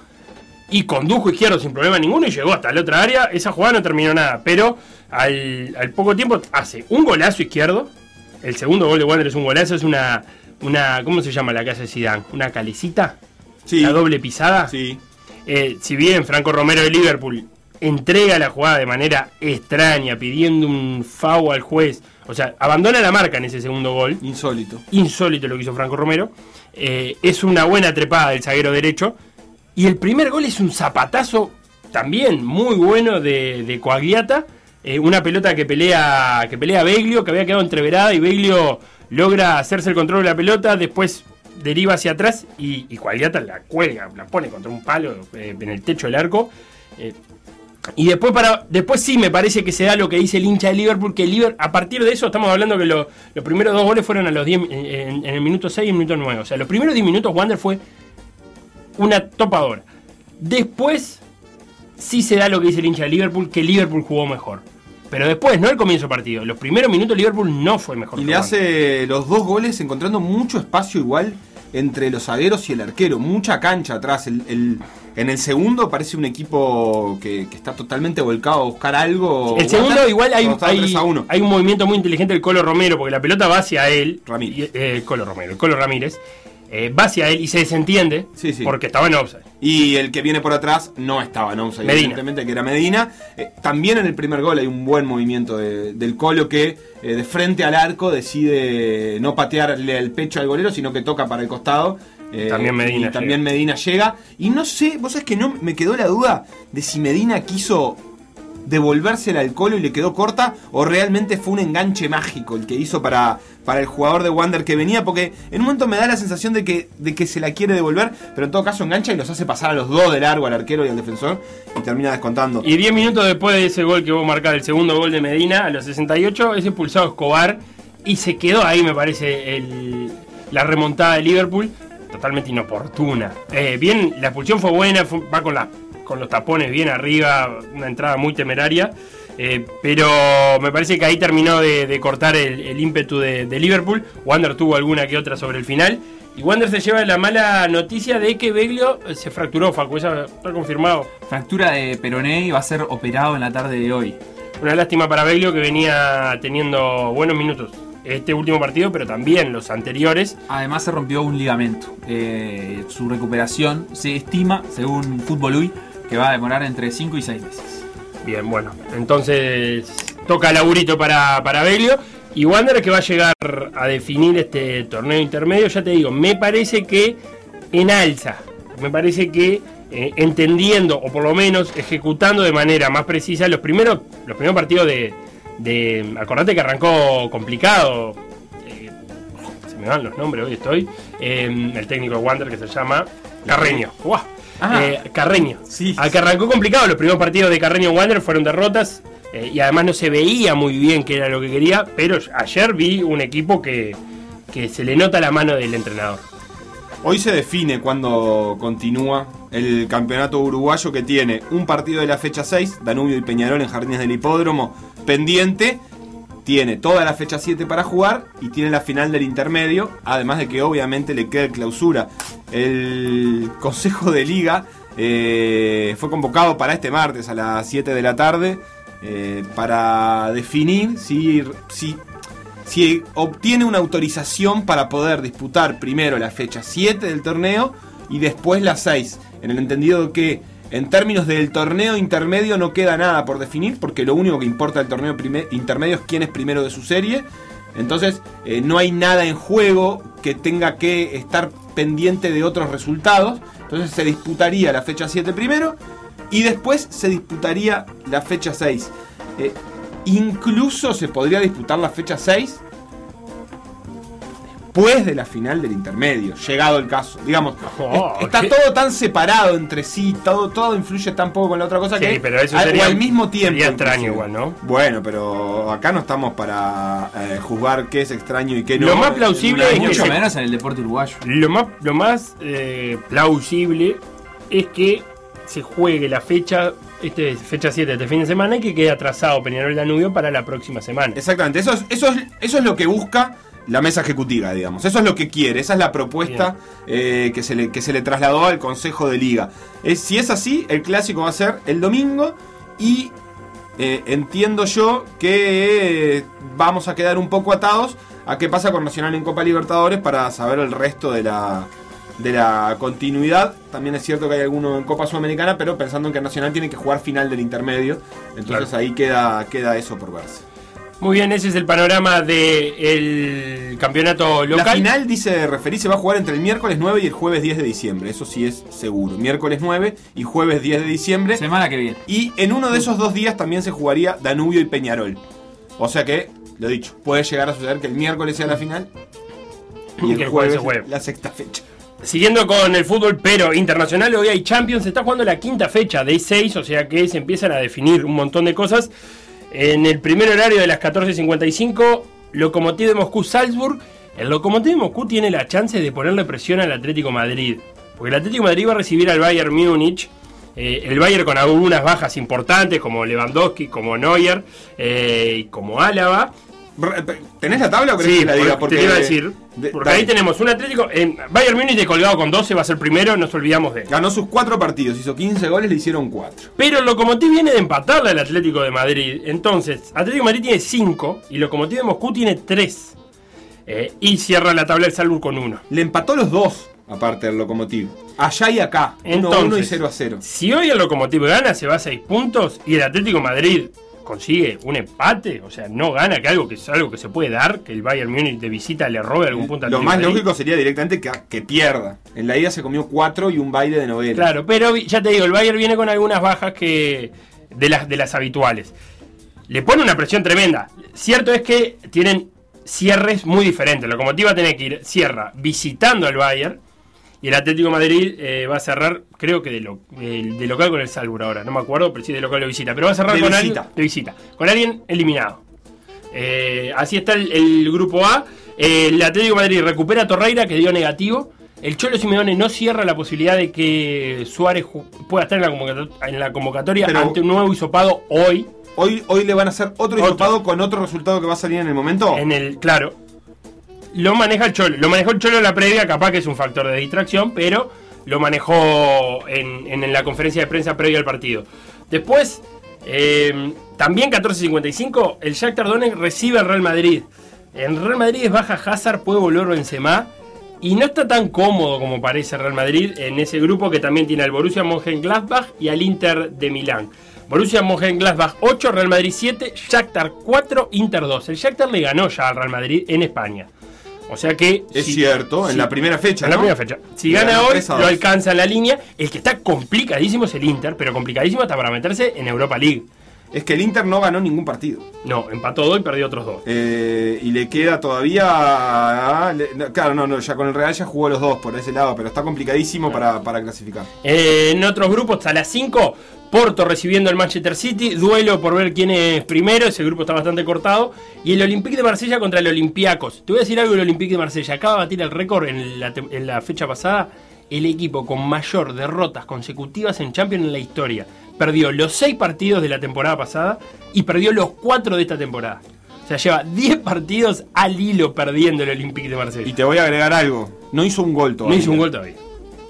y condujo Izquierdo sin problema ninguno y llegó hasta la otra área. Esa jugada no terminó nada, pero al, al poco tiempo hace un golazo Izquierdo, el segundo gol de Wanderers es un golazo, es una, una ¿cómo se llama la casa de Zidane? ¿Una calecita? Sí. ¿La doble pisada? Sí. Eh, si bien Franco Romero de Liverpool entrega la jugada de manera extraña, pidiendo un FAO al juez, o sea, abandona la marca en ese segundo gol, Insólito. insólito lo que hizo Franco Romero, eh, es una buena trepada del zaguero derecho, y el primer gol es un zapatazo también muy bueno de, de Coagliata, eh, una pelota que pelea, que pelea Beglio, que había quedado entreverada, y Beglio logra hacerse el control de la pelota, después deriva hacia atrás y, y Coagliata la cuelga, la pone contra un palo eh, en el techo del arco. eh, y después para después sí me parece que se da lo que dice el hincha de Liverpool, que el Liverpool, a partir de eso estamos hablando que lo- los primeros dos goles fueron a los 10 en, en- en el minuto 6 y el minuto 9. O sea, los primeros 10 minutos Wander fue una topadora. Después sí se da lo que dice el hincha de Liverpool, que Liverpool jugó mejor. Pero después, no al comienzo del partido. Los primeros minutos Liverpool no fue mejor. Y que le Wander. hace los dos goles encontrando mucho espacio igual entre los zagueros y el arquero. Mucha cancha atrás. El- el- en el segundo parece un equipo que, que está totalmente volcado a buscar algo. El segundo igual hay, Cuando estaba hay, 3 a 1. hay un movimiento muy inteligente del Colo Romero, porque la pelota va hacia él. Ramírez. Y, eh, Colo Romero, el Colo Ramírez. eh, va hacia él y se desentiende Sí, sí. porque estaba en offside. Y el que viene por atrás no estaba, ¿no? O sea, Medina. evidentemente que era Medina. Eh, también en el primer gol hay un buen movimiento de- del Colo que eh, de frente al arco decide no patearle al pecho al golero, sino que toca para el costado. Eh, También Medina Y también Medina llega. Y no sé, vos sabés que no me quedó la duda de si Medina quiso devolvérsela al Colo y le quedó corta o realmente fue un enganche mágico el que hizo para, para el jugador de Wander que venía porque en un momento me da la sensación de que, de que se la quiere devolver pero en todo caso engancha y los hace pasar a los dos de largo al arquero y al defensor y termina descontando Y 10 minutos después de ese gol que vos marcás, el segundo gol de Medina, a los 68, es expulsado Escobar y se quedó ahí, me parece, el- la remontada de Liverpool, totalmente inoportuna. Eh, bien, la expulsión fue buena, fue- va con, la- con los tapones bien arriba, una entrada muy temeraria, eh, pero me parece que ahí terminó de, de cortar el, el ímpetu de, de Liverpool. Wander tuvo alguna que otra sobre el final. Y Wander se lleva la mala noticia de que Beglio eh, se fracturó, Facu, ya está confirmado. Fractura de peroné y va a ser operado en la tarde de hoy. Una lástima para Beglio que venía teniendo buenos minutos este último partido, pero también los anteriores. Además se rompió un ligamento. Eh, su recuperación se estima, según Fútbol UI, que va a demorar entre 5 y 6 meses. Bien, bueno, entonces toca laburito para, para Beglio. Y Wander que va a llegar a definir este torneo intermedio, ya te digo, me parece que en alza. Me parece que eh, entendiendo, o por lo menos ejecutando de manera más precisa, los primeros, los primeros partidos de, de. Acordate que arrancó complicado. eh, se me van los nombres, hoy estoy. eh, el técnico de Wander que se llama Carreño. ¡Guau! Ah. Eh, Carreño. Sí. A que arrancó complicado, los primeros partidos de Carreño Wander fueron derrotas eh, y además no se veía muy bien qué era lo que quería, pero ayer vi un equipo que, que se le nota la mano del entrenador. hoy se define cuando continúa el campeonato uruguayo que tiene un partido de la fecha 6 Danubio y Peñarol en Jardines del Hipódromo pendiente tiene toda la fecha 7 para jugar y tiene la final del intermedio, además de que obviamente le queda el clausura. El Consejo de Liga eh, fue convocado para este martes a las 7 de la tarde eh, para definir si, si, si obtiene una autorización para poder disputar primero la fecha 7 del torneo y después la 6, en el entendido que en términos del torneo intermedio no queda nada por definir, porque lo único que importa del torneo prime- intermedio es quién es primero de su serie. Entonces, eh, no hay nada en juego que tenga que estar pendiente de otros resultados. Entonces, se disputaría la fecha 7 primero y después se disputaría la fecha 6. Eh, incluso se podría disputar la fecha 6 después de la final del intermedio, llegado el caso. Digamos, Oh, es- está qué- todo tan separado entre sí, todo, todo influye tan poco con la otra cosa Sí, que pero eso al, o sería- al mismo tiempo. sería extraño inclusive. igual, ¿no? Bueno, pero acá no estamos para eh, juzgar qué es extraño y qué no. Lo más en plausible una ¿eh? es que Mucho se- menos en el deporte uruguayo. Lo más, lo más eh, plausible es que se juegue la fecha, este es fecha 7 de este fin de semana, y que quede atrasado Peñarol Danubio para la próxima semana. Exactamente, eso es, eso, es, eso es lo que busca la mesa ejecutiva, digamos. Eso es lo que quiere, esa es la propuesta eh, que, se le, que se le trasladó al Consejo de Liga. Es, si es así, el clásico va a ser el domingo y eh, entiendo yo que eh, vamos a quedar un poco atados a qué pasa con Nacional en Copa Libertadores para saber el resto de la, de la continuidad. También es cierto que hay alguno en Copa Sudamericana, pero pensando en que Nacional tiene que jugar final del intermedio, entonces ahí queda, queda eso por verse. Muy bien, ese es el panorama del campeonato local. La final, dice referí, se va a jugar entre el miércoles 9 y el jueves 10 de diciembre. Eso sí es seguro. Miércoles 9 y jueves 10 de diciembre. Semana que viene. Y en uno de esos dos días también se jugaría Danubio y Peñarol. O sea que, lo dicho, puede llegar a suceder que el miércoles sea la final y el, jueves, se juegue. la sexta fecha. Siguiendo con el fútbol, pero internacional, hoy hay Champions, se está jugando la quinta fecha de 6, o sea que se empiezan a definir un montón de cosas. En el primer horario de las 14.55, Lokomotiv de Moscú-Salzburg. El Lokomotiv de Moscú tiene la chance de ponerle presión al Atlético Madrid, porque el Atlético Madrid va a recibir al Bayern Múnich. Eh, el Bayern con algunas bajas importantes como Lewandowski, como Neuer eh, y como Álava. Re- pe- ¿Tenés la tabla o querés Sí, que la diga? porque te iba a decir. de- porque dale. ahí tenemos un Atlético. En Bayern Múnich descolgado con 12 va a ser primero, nos olvidamos de él. Ganó sus cuatro partidos, hizo 15 goles, le hicieron 4. Pero el Lokomotiv viene de empatarla al Atlético de Madrid. Entonces, Atlético de Madrid tiene 5 y Lokomotiv de Moscú tiene 3. y cierra la tabla el Salur con 1. Le empató los dos, aparte del Locomotiv. Allá y acá. 1-1 y 0 a 0. Si hoy el Lokomotiv gana, se va a 6 puntos y el Atlético de Madrid consigue un empate, o sea, no gana, que algo que es algo que se puede dar, que el Bayern Múnich de visita le robe algún punto al Eh, Lo Atlético más de Madrid. lógico sería directamente que, que pierda. En la ida se comió cuatro y un baile de novela. Claro, pero vi- ya te digo, el Bayern viene con algunas bajas que de las, de las habituales. Le pone una presión tremenda. Cierto es que tienen cierres muy diferentes. El Lokomotiv va a tener que ir cierra visitando al Bayern y el Atlético de Madrid eh, va a cerrar, creo que de, lo- de- de local con el Salzburg ahora, no me acuerdo, pero sí de local lo visita. Pero va a cerrar De con visita. alguien de visita, con alguien eliminado. Eh, así está el, el grupo A. Eh, el Atlético de Madrid recupera a Torreira, que dio negativo. El Cholo Simeone no cierra la posibilidad de que Suárez ju- pueda estar en la convocato- en la convocatoria, Pero- ante un nuevo hisopado hoy. Hoy, hoy le van a hacer otro Otro. hisopado con otro resultado que va a salir en el momento. En el, claro. Lo maneja el Cholo. Lo manejó el Cholo en la previa, capaz que es un factor de distracción, pero lo manejó en, en- en la conferencia de prensa previa al partido. Después, eh, también 14.55, el Shakhtar Donetsk recibe al Real Madrid. En Real Madrid es baja Hazard, puede volver Benzema. Y no está tan cómodo como parece Real Madrid en ese grupo que también tiene al Borussia Mönchengladbach y al Inter de Milán. Borussia Mönchengladbach 8, Real Madrid 7, Shakhtar 4, Inter 2. El Shakhtar le ganó ya al Real Madrid en España. O sea que... es si- cierto, en si- la primera fecha. en la ¿no? primera fecha. Si Le gana ganó hoy, 3 a 2. lo alcanza en la línea. El que está complicadísimo es el Inter, pero complicadísimo hasta para meterse en Europa League. Es que el Inter no ganó ningún partido. No, empató dos y perdió otros dos. Eh, y le queda todavía. le- no, claro, no, no, ya con el Real ya jugó los dos por ese lado, pero está complicadísimo para, para clasificar. Eh, en otros grupos, hasta las 5, Porto recibiendo al Manchester City, duelo por ver quién es primero, ese grupo está bastante cortado, y el Olympique de Marsella contra el Olympiacos. Te voy a decir algo del Olympique de Marsella, acaba de batir el récord en la, te- en la fecha pasada, el equipo con mayor derrotas consecutivas en Champions en la historia. Perdió los 6 partidos de la temporada pasada y perdió los 4 de esta temporada. O sea, lleva 10 partidos al hilo perdiendo el Olympique de Marsella. Y te voy a agregar algo. No hizo un gol No todavía. hizo un gol todavía.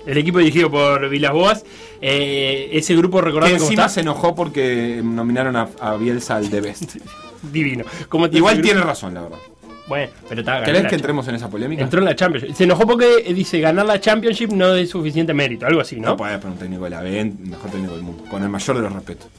El equipo dirigido por Vilas Boas. eh, ese grupo Que recordando cómo encima está. se enojó porque nominaron a, a Bielsa al [laughs] de Best. Divino. ¿Cómo está Igual ese tiene grupo? razón, la verdad. Bueno, pero está ganando. ¿Querés la que Champions. entremos en esa polémica? Entró en la Championship. Se enojó porque eh, dice ganar la Championship no es suficiente mérito. Algo así, No, ¿no? podés poner un técnico de la B, mejor técnico del mundo, con el mayor de los respetos.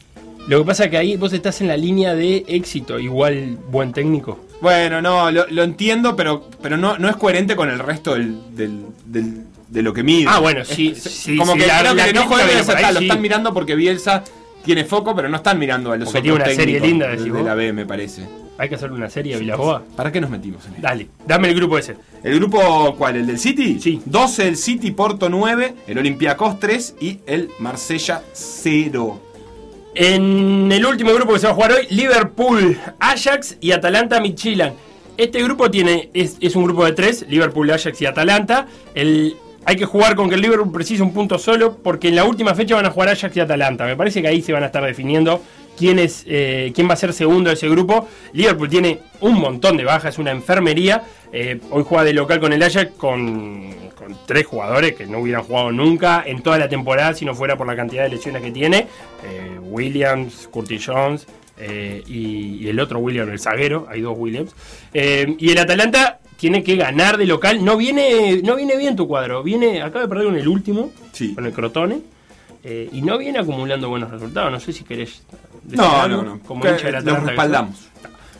Lo que pasa es que ahí vos estás en la línea de éxito. Igual buen técnico. Bueno, no, lo, lo entiendo, pero, pero no, no es coherente con el resto del, del- del- de lo que mide. Ah, bueno, sí, Es- sí, Como sí, que la- creo que la el enojo crítica de viene Bielsa por ahí, está, lo sí. están mirando porque Bielsa tiene foco, pero no están mirando a los Porque otros tiene una serie técnicos linda, de, decís de vos. la B, me parece. Hay que hacerle una serie a Vilaboa. ¿Para qué nos metimos en esto? Dale, dame el grupo ese. ¿El grupo cuál? ¿El del City? Sí. 12 el City, Porto 9, el Olympiacos 3 y el Marsella 0. En el último grupo que se va a jugar hoy, Liverpool, Ajax y Atalanta Michilan. Este grupo tiene es, es un grupo de tres, Liverpool, Ajax y Atalanta. El, hay que jugar con que el Liverpool precise un punto solo, porque en la última fecha van a jugar Ajax y Atalanta. Me parece que ahí se van a estar definiendo quién, es, eh, quién va a ser segundo de ese grupo. Liverpool tiene un montón de bajas, una enfermería. Eh, hoy juega de local con el Ajax con, con tres jugadores que no hubieran jugado nunca en toda la temporada si no fuera por la cantidad de lesiones que tiene. Eh, Williams, Curtis Jones eh, y, y el otro William, el zaguero, hay dos Williams. Eh, y el Atalanta tiene que ganar de local. No viene, no viene bien tu cuadro. Viene, acaba de perder con el último, Sí. con el Crotone. eh, y no viene acumulando buenos resultados. No sé si querés. decir No, algo no, no. Como Que hincha del Atalanta los que respaldamos. sos.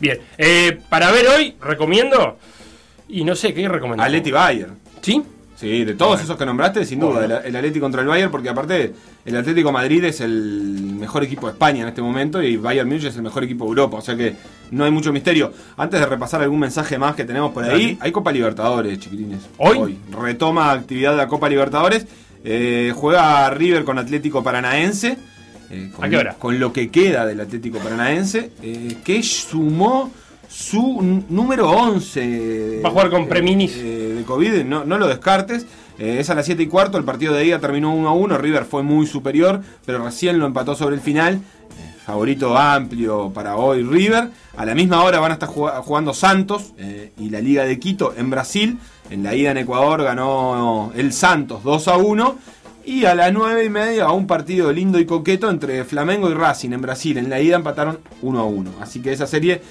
Bien. eh, para ver hoy, recomiendo. Y no sé, ¿qué recomendamos? Atleti Bayern. ¿Sí? Sí, de todos esos que nombraste, sin duda, el, el Atleti contra el Bayern, porque aparte el Atlético de Madrid es el mejor equipo de España en este momento y Bayern Múnich es el mejor equipo de Europa, o sea que no hay mucho misterio. Antes de repasar algún mensaje más que tenemos por ahí, hay Copa Libertadores, chiquilines. ¿Hoy? Retoma actividad de la Copa Libertadores, eh, juega River con Atlético Paranaense. eh, con, ¿A qué hora? Con lo que queda del Atlético Paranaense, eh, que sumó su n- número 11. Va a jugar con eh, Preminis. eh, eh, de COVID, no, no lo descartes. Eh, es a las 7 y cuarto, el partido de ida terminó 1 a 1, River fue muy superior, pero recién lo empató sobre el final. Eh, Favorito amplio para hoy River. A la misma hora van a estar jug- jugando Santos eh, y la Liga de Quito en Brasil. En la ida en Ecuador ganó el Santos 2 a 1. Y a las 9 y media un partido lindo y coqueto entre Flamengo y Racing en Brasil. En la ida empataron 1 a 1. Así que esa serie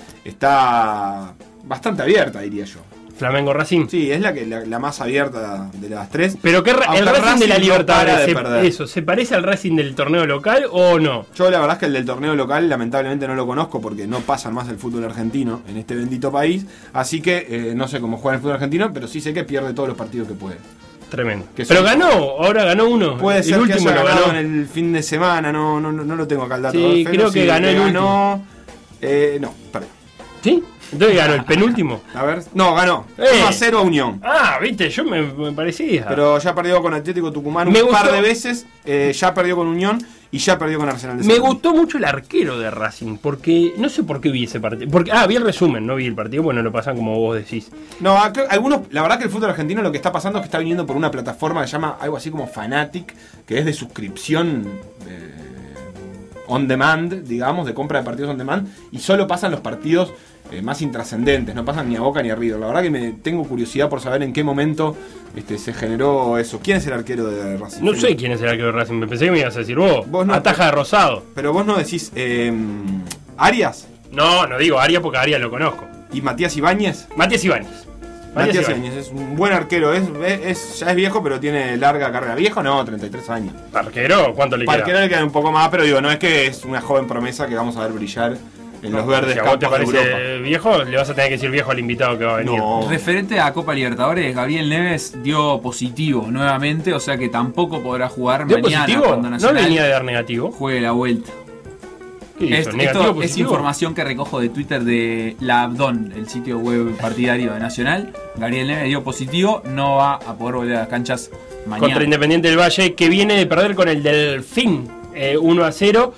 está bastante abierta, diría yo. Flamengo Racing. Sí, es la que la, la más abierta de las tres. Pero que Aunque el Racing, de la no Libertadores, para de se- perder. eso, ¿se parece al Racing del torneo local o no? Yo la verdad es que el del torneo local lamentablemente no lo conozco porque no pasan más el fútbol argentino en este bendito país. Así que eh, no sé cómo juega el fútbol argentino, pero sí sé que pierde todos los partidos que puede. Tremendo. Que Pero son- ganó, ahora ganó uno. Puede el ser que último haya lo ganado ganó. en el fin de semana, no, no, no, no lo tengo acá el dato. Sí, Pero creo que ganó el Eh, no, perdón. ¿Sí? Entonces ganó el penúltimo. A ver. No, ganó. Eh. 1 a 0 a Unión. Ah, viste, yo me, me parecía. Pero ya perdió con Atlético Tucumán un Me par gustó. de veces, eh, ya perdió con Unión y ya perdió con Arsenal de me Sarandí. gustó mucho el arquero de Racing, porque no sé por qué vi ese partido. Porque, ah, vi el resumen, no vi el partido, bueno, lo pasan como vos decís. No, acá- algunos, la verdad que el fútbol argentino lo que está pasando es que está viniendo por una plataforma que se llama algo así como Fanatic, que es de suscripción eh, on demand, digamos, de compra de partidos on demand, y solo pasan los partidos eh, más intrascendentes, no pasan ni a Boca ni a River. La verdad que me tengo curiosidad por saber en qué momento este, se generó eso. ¿Quién es el arquero de Racing? No Felipe? sé quién es el arquero de Racing, me pensé que me ibas a decir vos. Vos no. Ataja de Rosado. Pero vos no decís eh, Arias No, no digo Arias porque Arias lo conozco. y Matías Ibáñez. Matías Ibáñez. Matías Ibáñez es un buen arquero, es, es- ya es viejo, pero tiene larga carrera. Viejo no, 33 años. ¿Arquero? ¿Cuánto le queda? Parquero le queda un poco más, pero digo, no es que es una joven promesa que vamos a ver brillar en los verdes si a vos te campos de parece Europa. viejo, le vas a tener que decir viejo al invitado que va a venir. No. Referente a Copa Libertadores, Gabriel Neves dio positivo nuevamente, o sea que tampoco podrá jugar ¿Dio mañana positivo? cuando No Nacional venía de dar negativo. juegue la vuelta. ¿Qué hizo? Est- ¿Negativo, esto es positivo? información que recojo de Twitter de la Abdon, el sitio web partidario de Nacional. Gabriel Neves dio positivo, no va a poder volver a las canchas Contra mañana. Independiente del Valle, que viene de perder con el Delfín eh, 1 a 0.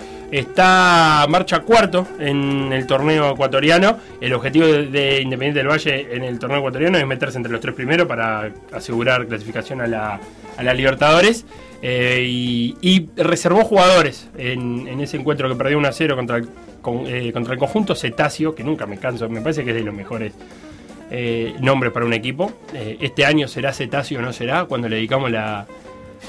Está marcha cuarto en el torneo ecuatoriano. El objetivo de, de Independiente del Valle en el torneo ecuatoriano es meterse entre los tres primeros para asegurar clasificación a la, a la Libertadores. Eh, y, y reservó jugadores en, en ese encuentro que perdió 1 a 0 contra el, con- eh, contra el conjunto Cetáceo, que nunca me canso, me parece que es de los mejores eh, nombre para un equipo. Eh, este año será cetáceo o no será, cuando le dedicamos la,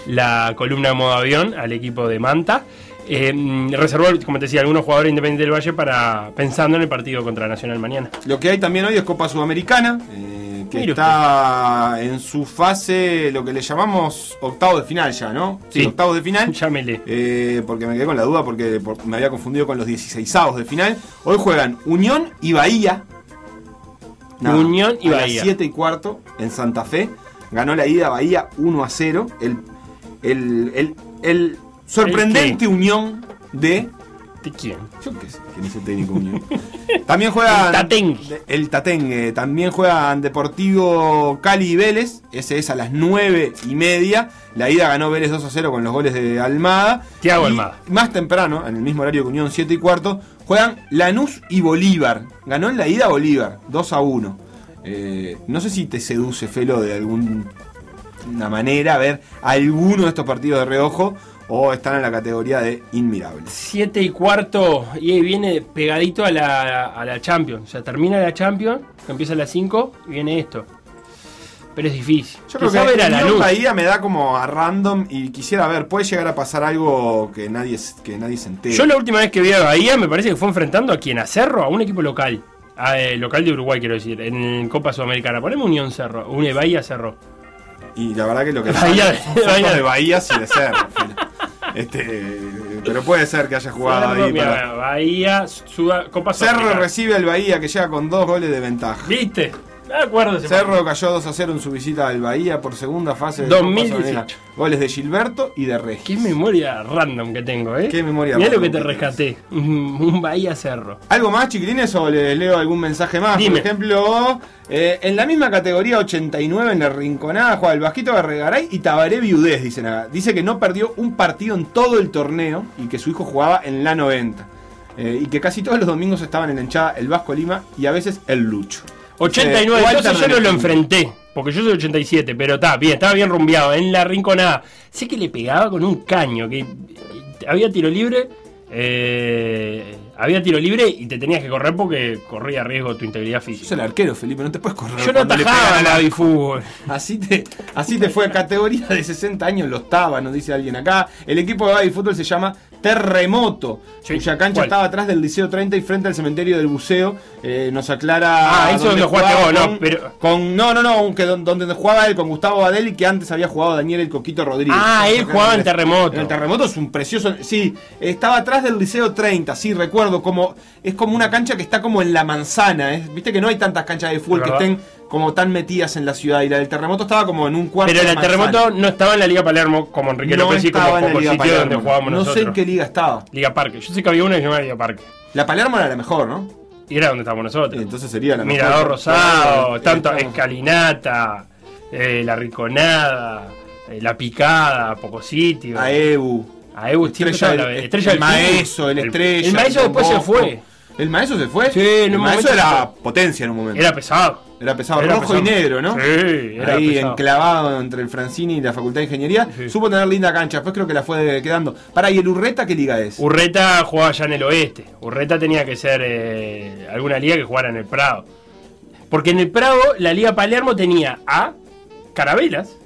la columna de modo avión al equipo de Manta. Eh, reservó, como te decía, algunos jugadores independientes del Valle para pensando en el partido contra Nacional mañana. [laughs] Lo que hay también hoy es Copa Sudamericana, eh, que Mire está en su fase, lo que le llamamos octavo de final ya, ¿no? Sí. octavo de final. Llámele. Eh, porque me quedé con la duda porque por- me había confundido con los 16avos de final. Hoy juegan Unión y Bahía. Unión y a las Bahía. 7 y cuarto en Santa Fe. Ganó la ida Bahía 1 a 0. El, el, el- el sorprendente Unión de ¿De quién? Yo qué sé, quién es el técnico Unión. También [laughs] juega. El Tatén. El Tatén. eh, también juegan Deportivo Cali y Vélez. Ese es a las 9 y media. La ida ganó Vélez 2 a 0 con los goles de Almada. Thiago Y Almada. Más temprano, en el mismo horario que Unión 7 y cuarto, juegan Lanús y Bolívar. Ganó en la ida Bolívar, 2 a 1. Eh, no sé si te seduce, Felo, de alguna manera ver alguno de estos partidos de reojo o están en la categoría de inmirables. 7 y cuarto y ahí viene pegadito a la, a la Champions. O sea, termina la Champions, que empieza a las 5 y viene esto. Pero es difícil. Yo creo que Quizá ver a la Unión luz. Bahía me da como a random y quisiera ver, puede llegar a pasar algo que nadie, que nadie se entere. Yo la última vez que vi a Bahía me parece que fue enfrentando a quien, a Cerro, a un equipo local. A, eh, local de Uruguay, quiero decir, en Copa Sudamericana. Ponemos Unión Cerro, une Bahía Cerro. Y la verdad que lo que Bahía- sale son Bahía. fotos de Bahía sin de ser. este, pero puede ser que haya jugado Cerro, ahí. mira, para- Bahía, Suda- Copa Cerro Sudamericana. recibe al Bahía que llega con dos goles de ventaja. ¿Viste? Me acuerdo ese Cerro cayó 2 a 0 en su visita al Bahía por segunda fase de 2018. Copa Sudamericana. Goles de Gilberto y de Regis. Qué memoria random que tengo, ¿eh? Qué memoria Mirá lo que random te que rescaté. [laughs] Un un Bahía Cerro. ¿Algo más, chiquilines? ¿O les leo algún mensaje más? Dime. Por ejemplo, eh, en la misma categoría 89 en la Rinconada juega el Vasquito Garregaray y Tabaré Viudés, dicen acá. Dice que no perdió un partido en todo el torneo y que su hijo jugaba en la 90. Eh, y que casi todos los domingos estaban en la hinchada el Vasco Lima y a veces el Lucho. 89, Walter entonces yo no lo Renetti. enfrenté. Porque yo soy 87, pero está bien, estaba bien rumbeado en la rinconada. Sé que le pegaba con un caño, que eh, había tiro libre, eh, había tiro libre y te tenías que correr porque corría riesgo tu integridad Sos física. el arquero, Felipe, no te puedes correr. Yo no cuando le pegan atajaba a la bifútbol. Así te, así te fue, categoría de 60 años, los Tabas, nos dice alguien acá. El equipo de Baby Fútbol se llama Terremoto, Sí, cuya cancha ¿cuál? estaba atrás del Liceo 30 y frente al cementerio del Buceo. Eh, nos Ah, aclara. eso es dónde donde jugaste jugaba vos, no, con- pero- con- no, no, no, que don- donde jugaba él con Gustavo Badel y que antes había jugado Daniel el Coquito Rodríguez. Ah, él jugaba en Terremoto. En el Terremoto es un precioso. Sí, estaba atrás del Liceo 30, sí, recuerdo. como Es como una cancha que está como en la manzana. ¿eh? Viste que no hay tantas canchas de fútbol Es que verdad. estén como tan metidas en la ciudad. Y la del terremoto estaba como en un cuarto. Pero de el manzana. terremoto no estaba en la Liga Palermo, como Enrique no López y como estaba en la poco Liga sitio Palermo. donde jugábamos No nosotros. sé en qué liga estaba. Liga Parque. Yo sé que había una que se llamaba Liga Parque. La Palermo era la mejor, ¿no? Y era donde estábamos nosotros. Entonces sería la mejor. Mirador Rosado, Eh, tanto estamos- escalinata, eh, la Riconada, eh, la Picada, poco sitio. A Ebu. A Ebu siempre Estrella, estaba del- la- Estrella el del Tigre. Maeso, el Estrella. El Maeso Don después se Bosco. fue. ¿El Maeso se fue? Sí, en el un Maeso momento era se potencia en un momento. Era pesado. Era pesado, Era rojo pesado. y negro, ¿no? Sí, era Ahí pesado. enclavado entre el Francini y la Facultad de Ingeniería. Sí. Supo tener linda cancha, después creo que la fue quedando. Para, ¿y el Urreta qué liga es? Urreta jugaba ya en el oeste. Urreta tenía que ser eh, alguna liga que jugara en el Prado. Porque en el Prado la Liga Palermo tenía a Carabelas.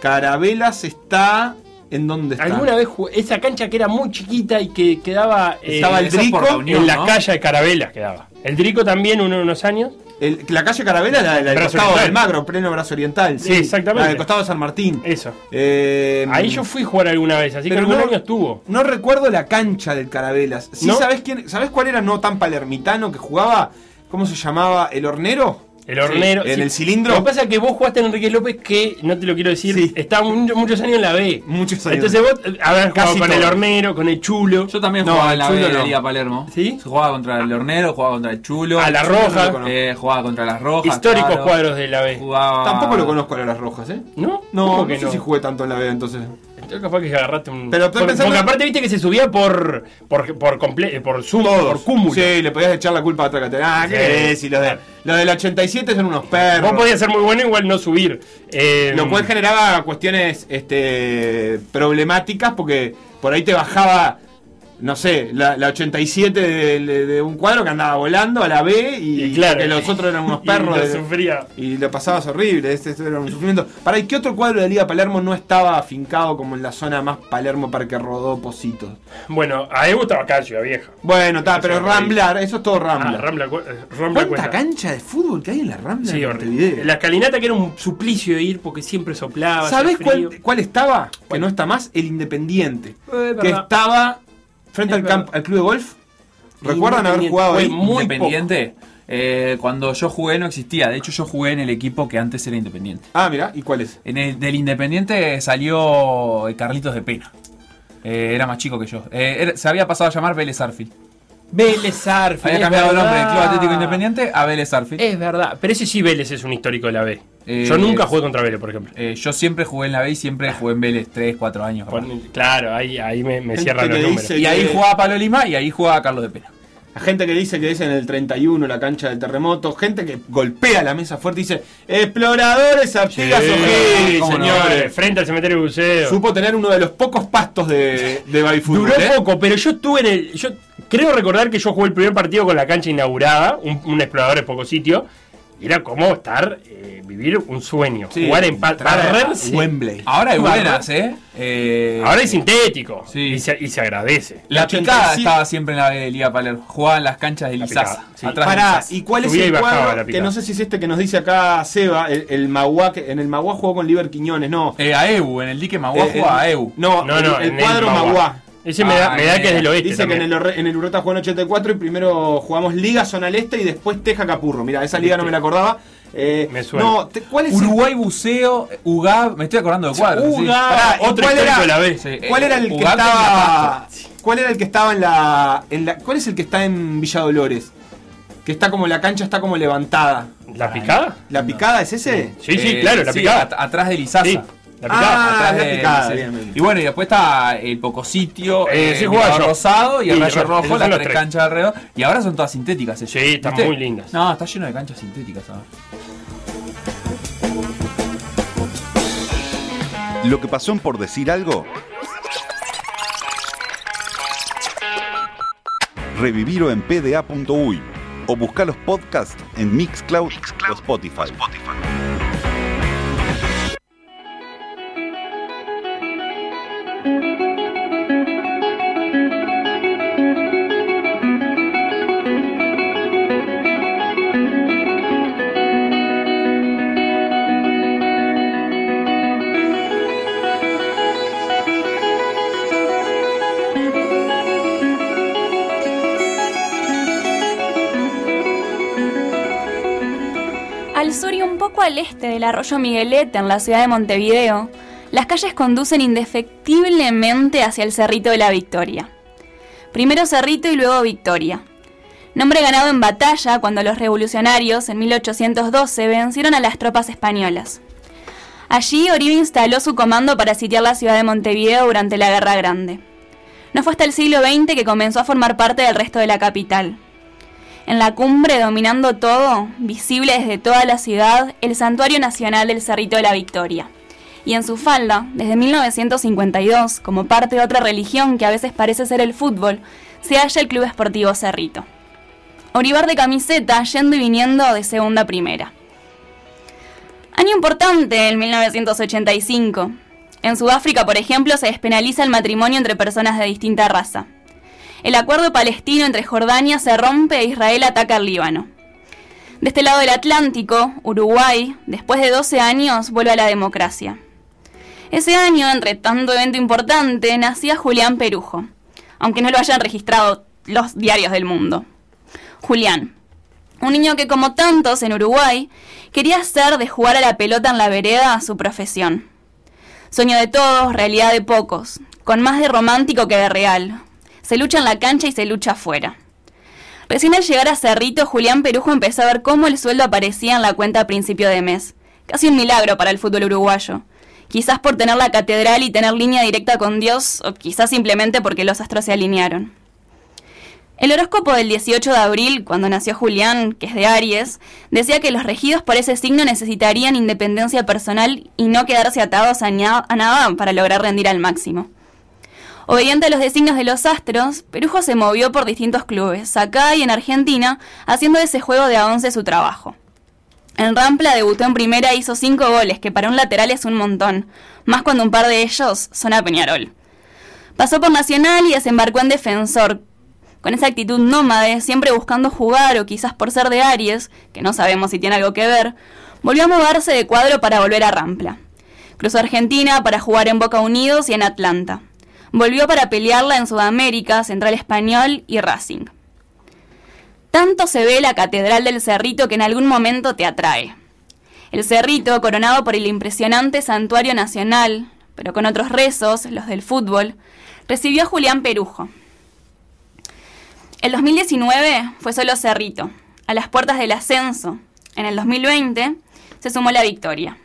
Carabelas está. ¿En dónde está? Alguna vez jugué- esa cancha que era muy chiquita y que quedaba eh, Estaba el esa es por Drico la Unión, en la ¿no? calle de Carabelas quedaba. El Drico también, uno de unos años. El- la calle Carabelas, la, la del Brazo costado Oriental. del Magro, pleno brazo oriental. Sí, Sí, exactamente. La del costado de San Martín. Eso. Eh, Ahí yo fui a jugar alguna vez, así que Pero algún no- año estuvo. No recuerdo la cancha del Carabelas. Sí, ¿No? ¿sabes quién? ¿Sabes cuál era no tan palermitano que jugaba? ¿Cómo se llamaba? ¿El hornero? El hornero. en el cilindro. Lo que pasa es que vos jugaste en Enrique López, que no te lo quiero decir, Sí. está mucho- muchos años en la B. Muchos años. Entonces vos eh, habrás jugado Casi con el todo. hornero, con el chulo. Yo también No, jugaba en el la, Chulo B de la no. Liga Palermo. ¿Sí? Jugaba contra el Hornero, jugaba contra el Chulo. A la Chulo no Roja. lo conozco. Eh, jugaba contra las Rojas. Históricos claro. cuadros de la B. Jugaba- Ah. Tampoco lo conozco a las rojas, ¿eh? ¿No? No, ¿Cómo no, sé si jugué tanto en la B entonces. Entonces capaz que agarraste un. Pero estoy por- pensando- Porque aparte viste que se subía por. por, por, comple- eh, por sumo, por cúmulo. Sí, le podías echar la culpa a otra categoría. Ah, ¿qué Sí. querés? Y los, de, los del 87 son unos perros. Vos podías ser muy bueno, igual no subir. Eh, Lo cual generaba cuestiones este, problemáticas porque por ahí te bajaba, no sé, la, la 87 de, de- de un cuadro que andaba volando a la B y, Y claro. que los otros eran [laughs] unos y perros. lo de- sufría. y lo pasabas horrible, este, este era un sufrimiento. Para, ¿y qué otro cuadro de Liga Palermo no estaba afincado como en la zona más Palermo Parque Rodó Positos? Bueno, a Evo estaba Calcio, la vieja. Bueno, está, pero Eso es Ramblar, eso es todo Ah, Ramblar. Rambla, cu- eh, Rambla ¿Cuánta cuenta. cancha de fútbol que hay en la Rambla? Sí, en horrible. Montevideo? La escalinata que era un suplicio de ir porque siempre soplaba. ¿Sabés hacía frío. cuál, cuál estaba? Que ¿Cuál? no está más, el Independiente. Eh, que verdad. estaba frente Es al, camp- verdad. al club de golf. ¿Recuerdan haber Independiente. jugado ahí? Fue muy Independiente. eh, cuando yo jugué no existía. De hecho, yo jugué en el equipo que antes era Independiente. Ah, mira, ¿y cuál es? En el del Independiente salió Carlitos de eh, Pena. Eh, era más chico que yo. Eh, era- se había pasado a llamar Vélez Arfield. Vélez Arfield. Había es cambiado el nombre de Club verdad. Atlético Independiente a Vélez Arfield. Eh. Es verdad, pero ese sí Vélez es un histórico de la B. Eh, Yo nunca es- jugué contra Vélez, por ejemplo. Eh, yo siempre jugué en la B y siempre Ah. jugué en Vélez 3, 4 años. capaz. Pon- claro, ahí, ahí me, me Gente cierran los que números. dice- Y ahí que- jugaba Pablo Lima y ahí jugaba Carlos de Pena. La gente que dice que es en el 31 la cancha del terremoto, gente que golpea la mesa fuerte y dice, exploradores, Artigas Sí, O'Higgins, ¿cómo no? señores, frente al cementerio de buceo. Supo tener uno de los pocos pastos de, de Baifútbol, Duró ¿eh? poco, pero yo estuve en el. Yo creo recordar que yo jugué el primer partido con la cancha inaugurada, un, un explorador de poco sitio. y Era como estar, eh, vivir un sueño, Sí, jugar en pa- entrar a barrerse. Wembley. Ahora hay Bárbaro. buenas, ¿eh? Eh, Ahora es sintético Sí. y, se, y se agradece. La picada 87. estaba siempre en la B de Liga Palermo. Jugaba en las canchas de La Lizaza. picada, sí. Atrás de Pará, Lizaza. ¿y cuál es Subía y el bajaba la cuadro? picada. Que no sé si es este que nos dice acá Seba, el, el Maguá, que- en el Maguá jugó con Liber Quiñones, no. Eh, a EU, en el dique Magua Eh, jugaba a el- EU. No, No, el- no, el, en cuadro Maguá. Ese me da, Ah, me da en que es el- del oeste. Dice que en también. el, Orre- en el Urota jugó en 84 y primero jugamos Liga Zona al Este y después Teja Capurro. Mira, esa liga no me la acordaba. Eh, Me suena. No, te- ¿cuál es el- Uruguay Buceo, UGAB, me estoy acordando de cuadros. sí. Uga, Pará, ¿y Ah, otro cuál histórico era? de la B. Sí. ¿Cuál era el que Ugarte en la estaba? pasta. ¿Cuál era el que estaba en la, en la- ¿Cuál es el que está en Villa Dolores? Que está como la cancha está como levantada. ¿La picada? ¿La picada es ese? Sí, sí, Eh, claro, la sí, picada. at- atrás de Lizaza. Sí, la picada. Ah, Atrás la de picada, Lizaza. bien, bien. Y bueno, y después está el Pocositio, Eh, eh, sí, jugaba Mirador yo. Rosado y el Sí, Rayo esos Rojo, son las los tres, tres. canchas alrededor. Y ahora son todas sintéticas ellas, Sí, están ¿viste? muy lindas. No, está lleno de canchas sintéticas ahora. Lo que pasó en por decir algo. Revivirlo en pda.uy o buscar los podcasts en Mixcloud, o Spotify. Al sur y un poco al este del arroyo Miguelete, en la ciudad de Montevideo, las calles conducen indefectiblemente hacia el Cerrito de la Victoria. Primero Cerrito y luego Victoria. Nombre ganado en batalla cuando los revolucionarios en 1812 vencieron a las tropas españolas. Allí Oribe instaló su comando para sitiar la ciudad de Montevideo durante la Guerra Grande. No fue hasta el siglo XX que comenzó a formar parte del resto de la capital. En la cumbre, dominando todo, visible desde toda la ciudad, el Santuario Nacional del Cerrito de la Victoria. Y en su falda, desde 1952, como parte de otra religión que a veces parece ser el fútbol, se halla el Club Esportivo Cerrito. Oribar de camiseta, yendo y viniendo de segunda a primera. Año importante, el 1985. En Sudáfrica, por ejemplo, se despenaliza el matrimonio entre personas de distinta raza. El acuerdo palestino entre Jordania se rompe e Israel ataca al Líbano. De este lado del Atlántico, Uruguay, después de 12 años, vuelve a la democracia. Ese año, entre tanto evento importante, nacía Julián Perujo, aunque no lo hayan registrado los diarios del mundo. Julián, un niño que como tantos en Uruguay, quería hacer de jugar a la pelota en la vereda su profesión. Sueño de todos, realidad de pocos, con más de romántico que de real. Se lucha en la cancha y se lucha afuera. Recién al llegar a Cerrito, Julián Perujo empezó a ver cómo el sueldo aparecía en la cuenta a principio de mes. Casi un milagro para el fútbol uruguayo. Quizás por tener la catedral y tener línea directa con Dios, o quizás simplemente porque los astros se alinearon. El horóscopo del 18 de abril, cuando nació Julián, que es de Aries, decía que los regidos por ese signo necesitarían independencia personal y no quedarse atados a, ña- a nada para lograr rendir al máximo. Obediente a los designios de los astros, Perujo se movió por distintos clubes, acá y en Argentina, haciendo de ese juego de a 11 su trabajo. En Rampla debutó en primera e hizo 5 goles, que para un lateral es un montón, más cuando un par de ellos son a Peñarol. Pasó por Nacional y desembarcó en Defensor, con esa actitud nómade, siempre buscando jugar o quizás por ser de Aries, que no sabemos si tiene algo que ver, volvió a moverse de cuadro para volver a Rampla. Cruzó Argentina para jugar en Boca Unidos y en Atlanta. Volvió para pelearla en Sudamérica, Central Español y Racing. Tanto se ve la Catedral del Cerrito que en algún momento te atrae. El cerrito, coronado por el impresionante santuario nacional, pero con otros rezos, los del fútbol, recibió a Julián Perujo. El 2019 fue solo Cerrito, a las puertas del ascenso. En el 2020 se sumó la victoria.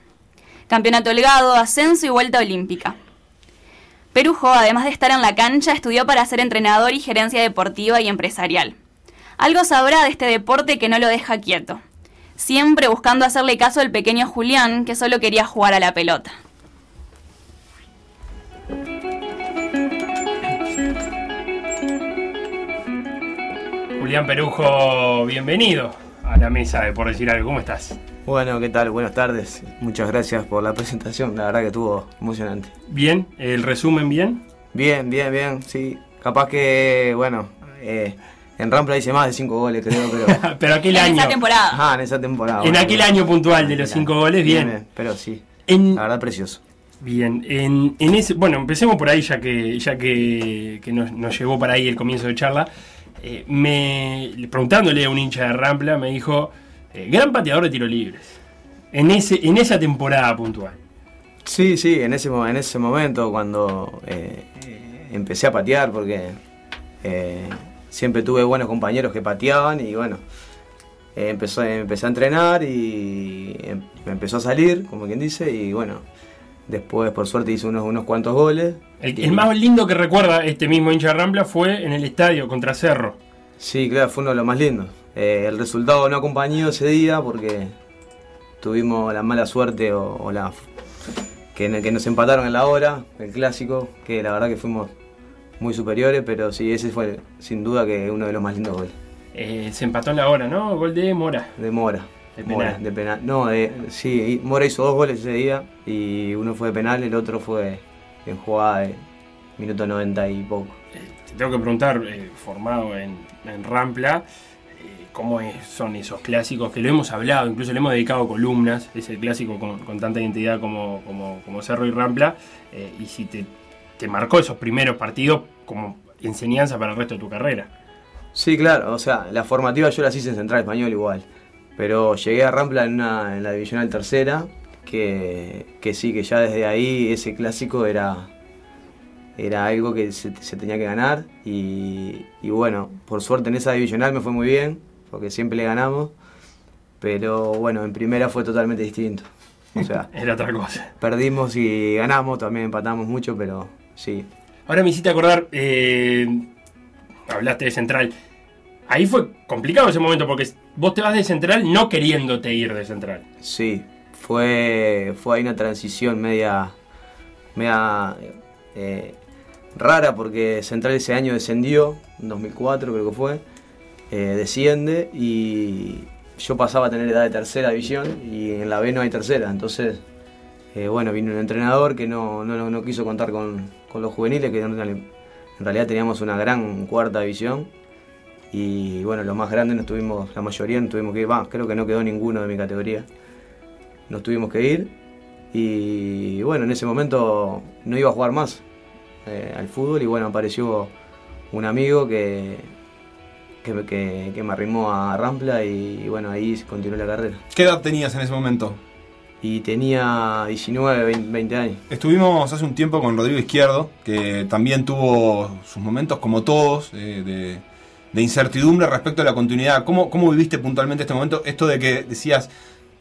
Campeonato holgado, ascenso y vuelta olímpica. Perujo, además de estar en la cancha, estudió para ser entrenador y gerencia deportiva y empresarial. Algo sabrá de este deporte que no lo deja quieto, siempre buscando hacerle caso al pequeño Julián que solo quería jugar a la pelota. Julián Perujo, bienvenido a la mesa de Por Decir Algo. ¿Cómo estás? Bueno, ¿qué tal? Buenas tardes. Muchas gracias por la [laughs] presentación. La verdad que estuvo emocionante. ¿Bien? ¿El resumen bien? Bien, bien, bien. Sí. Capaz que, bueno, eh, en Rampla hice más de 5 goles, creo, [laughs] pero. Pero aquel En esa año. temporada. Ah, en esa temporada. En bueno, aquel bien. año puntual de los Bien, cinco goles, bien. Pero sí. En- La verdad, precioso. Bien, en, en ese, bueno, empecemos por ahí ya que, ya que, que nos, nos llevó para ahí el comienzo de charla. Eh, me, preguntándole a un hincha de Rampla, me dijo, eh, gran pateador de tiro libres, en, ese, en esa temporada puntual. Sí, sí, en ese, mo- en ese momento cuando eh, eh, empecé a patear, porque eh, siempre tuve buenos compañeros que pateaban y bueno, eh, empezó, empecé a entrenar y em- me empezó a salir, como quien dice, y bueno, después por suerte hice unos, unos cuantos goles. El, y- el más lindo que recuerda este mismo hincha de Rampla fue en el estadio contra Cerro. Sí, claro, fue uno de los más lindos. Eh, el resultado no acompañó ese día porque tuvimos la mala suerte o, o la que, no- que nos empataron en la hora, el clásico, que la verdad que fuimos muy superiores, pero sí, ese fue sin duda que uno de los más lindos goles. Eh, se empató en la hora, ¿no? Gol de Mora. De Mora. De Mora, penal. de penal. No, de- sí, y Mora hizo dos goles ese día y uno fue de penal, el otro fue en jugada de minuto 90 y poco. Te tengo que preguntar, eh, formado en, en Rampla, eh, ¿cómo es- son esos clásicos? Que lo hemos hablado, incluso le hemos dedicado columnas, ese clásico con, con tanta identidad como, como, como Cerro y Rampla, eh, y si te, te marcó esos primeros partidos como enseñanza para el resto de tu carrera. Sí, claro, o sea, la formativa yo las hice en Central Español igual, pero llegué a Rampla en, una, en la divisional tercera, que, que sí, que ya desde ahí ese clásico era, era algo que se, se tenía que ganar y, y bueno, por suerte en esa divisional me fue muy bien, porque siempre le ganamos, pero bueno, en primera fue totalmente distinto, o sea, Era otra cosa. perdimos y ganamos, también empatamos mucho, pero sí, Ahora me hiciste acordar, eh, hablaste de Central. Ahí fue complicado ese momento porque vos te vas de Central no queriéndote ir de Central. Sí, fue, fue ahí una transición media, media eh, rara porque Central ese año descendió, en 2004 creo que fue, eh, desciende y yo pasaba a tener edad de tercera división y en la B no hay tercera, entonces eh, bueno, vino un entrenador que no, no- no- no quiso contar con, con los juveniles, que en reali- en realidad teníamos una gran cuarta división y bueno, los más grandes nos tuvimos, la mayoría nos tuvimos que ir, va, creo que no quedó ninguno de mi categoría, nos tuvimos que ir y bueno, en ese momento no iba a jugar más eh, al fútbol y bueno, apareció un amigo que, que, me- que- que me arrimó a Rampla y, bueno, ahí continué la carrera. ¿Qué edad tenías en ese momento? Y tenía 19, 20, 20 años. Estuvimos hace un tiempo con Rodrigo Izquierdo, que también tuvo sus momentos, como todos, eh, de, de incertidumbre respecto a la continuidad. ¿Cómo, ¿Cómo viviste puntualmente este momento? Esto de que decías,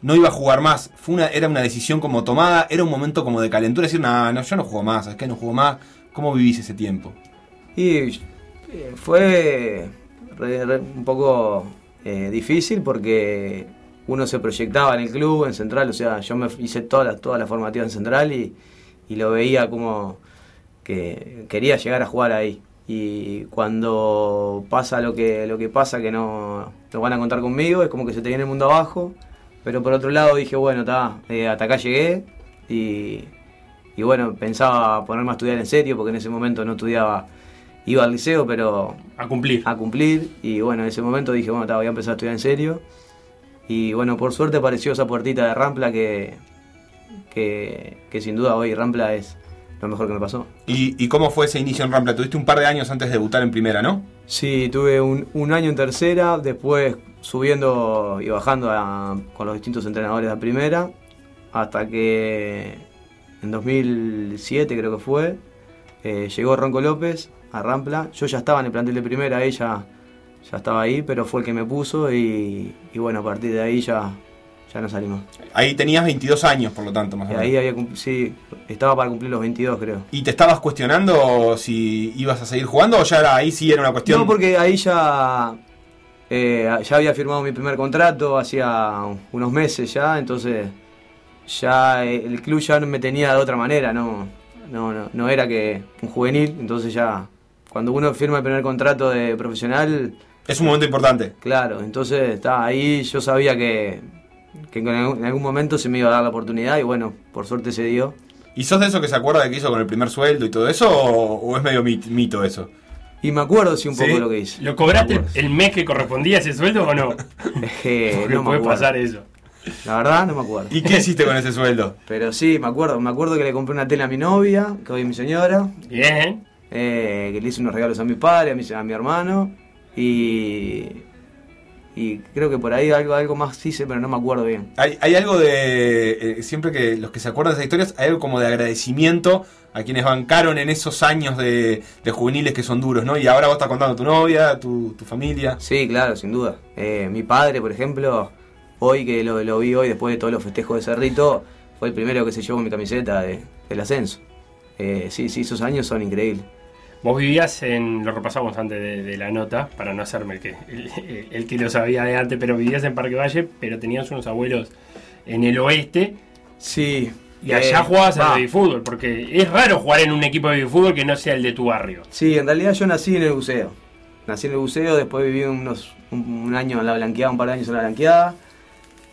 no iba a jugar más, fue una, era una decisión como tomada, era un momento como de calentura, decir, no, no, yo no juego más, es que no juego más. ¿Cómo vivís ese tiempo? Y eh, fue re- re- un poco eh, difícil porque uno se proyectaba en el club, en Central, o sea, yo me hice todas las todas las formativas en Central y, y lo veía como que quería llegar a jugar ahí. Y cuando pasa lo que, lo que pasa, que no, no van a contar conmigo, es como que se te viene el mundo abajo. Pero por otro lado dije, bueno, está, eh, hasta acá llegué y, y bueno, pensaba ponerme a estudiar en serio porque en ese momento no estudiaba iba al liceo, pero... A cumplir. A cumplir. Y bueno, en ese momento dije, bueno, ta, voy a empezar a estudiar en serio. Y bueno, por suerte apareció esa puertita de Rampla que, que, que sin duda hoy Rampla es lo mejor que me pasó. ¿Y, y cómo fue ese inicio en Rampla? Tuviste un par de años antes de debutar en primera, ¿no? Sí, tuve un, un año en tercera, después subiendo y bajando a- con los distintos entrenadores a primera, hasta que en 2007 creo que fue, Eh, llegó Ronco López a Rampla. Yo ya estaba en el plantel de primera, ella ya estaba ahí, pero fue el que me puso y, y bueno, a partir de ahí ya, ya no salimos. Ahí tenías 22 años, por lo tanto, más o Y Ah. menos. ahí había, cum- sí, estaba para cumplir los 22 creo. ¿Y te estabas cuestionando si ibas a seguir jugando o ya era, ahí sí era una cuestión? No, porque ahí ya, eh, ya había firmado mi primer contrato, hacía unos meses ya, entonces ya eh, el club ya me tenía de otra manera, no, no, no, no era que un juvenil, entonces ya cuando uno firma el primer contrato de profesional... Es un momento importante. Claro, entonces está ahí, yo sabía que, que en algún- en algún momento se me iba a dar la oportunidad y bueno, por suerte se dio. ¿Y sos de esos que se acuerda de que hizo con el primer sueldo y todo eso o, o es medio mit- mito eso? Y me acuerdo sí un poco lo que hice. ¿Lo cobraste el mes que correspondía ese sueldo o [laughs] no? Eh, Porque no me puede acuerdo. pasar eso. La verdad no me acuerdo. ¿Y qué hiciste con ese sueldo? Pero sí, me acuerdo, me acuerdo que le compré una tela a mi novia, que hoy es mi señora. Bien. Eh, que le hice unos regalos a mi padre, a mi, a mi hermano. Y, y creo que por ahí algo, algo más hice, pero no me acuerdo bien. Hay, hay algo de. eh, siempre que los que se acuerdan de esas historias, hay algo como de agradecimiento a quienes bancaron en esos años de, de juveniles que son duros, ¿no? Y ahora vos estás contando tu novia, tu, tu familia. Sí, claro, sin duda. Eh, mi padre, por ejemplo, hoy que lo, lo vi hoy después de todos los festejos de Cerrito, fue el primero que se llevó mi camiseta de- del ascenso. Eh, sí, sí, esos años son increíbles. Vos vivías en. Lo repasamos antes de, de la nota, para no hacerme el que, el, el que lo sabía de antes, pero vivías en Parque Valle, pero tenías unos abuelos en el oeste. Sí. Y allá Eh, jugabas va. al baby fútbol, porque es raro jugar en un equipo de baby fútbol que no sea el de tu barrio. Sí, en realidad yo nací en el buceo. Nací en el buceo, después viví unos, un, un año en la blanqueada, un par de años en la blanqueada.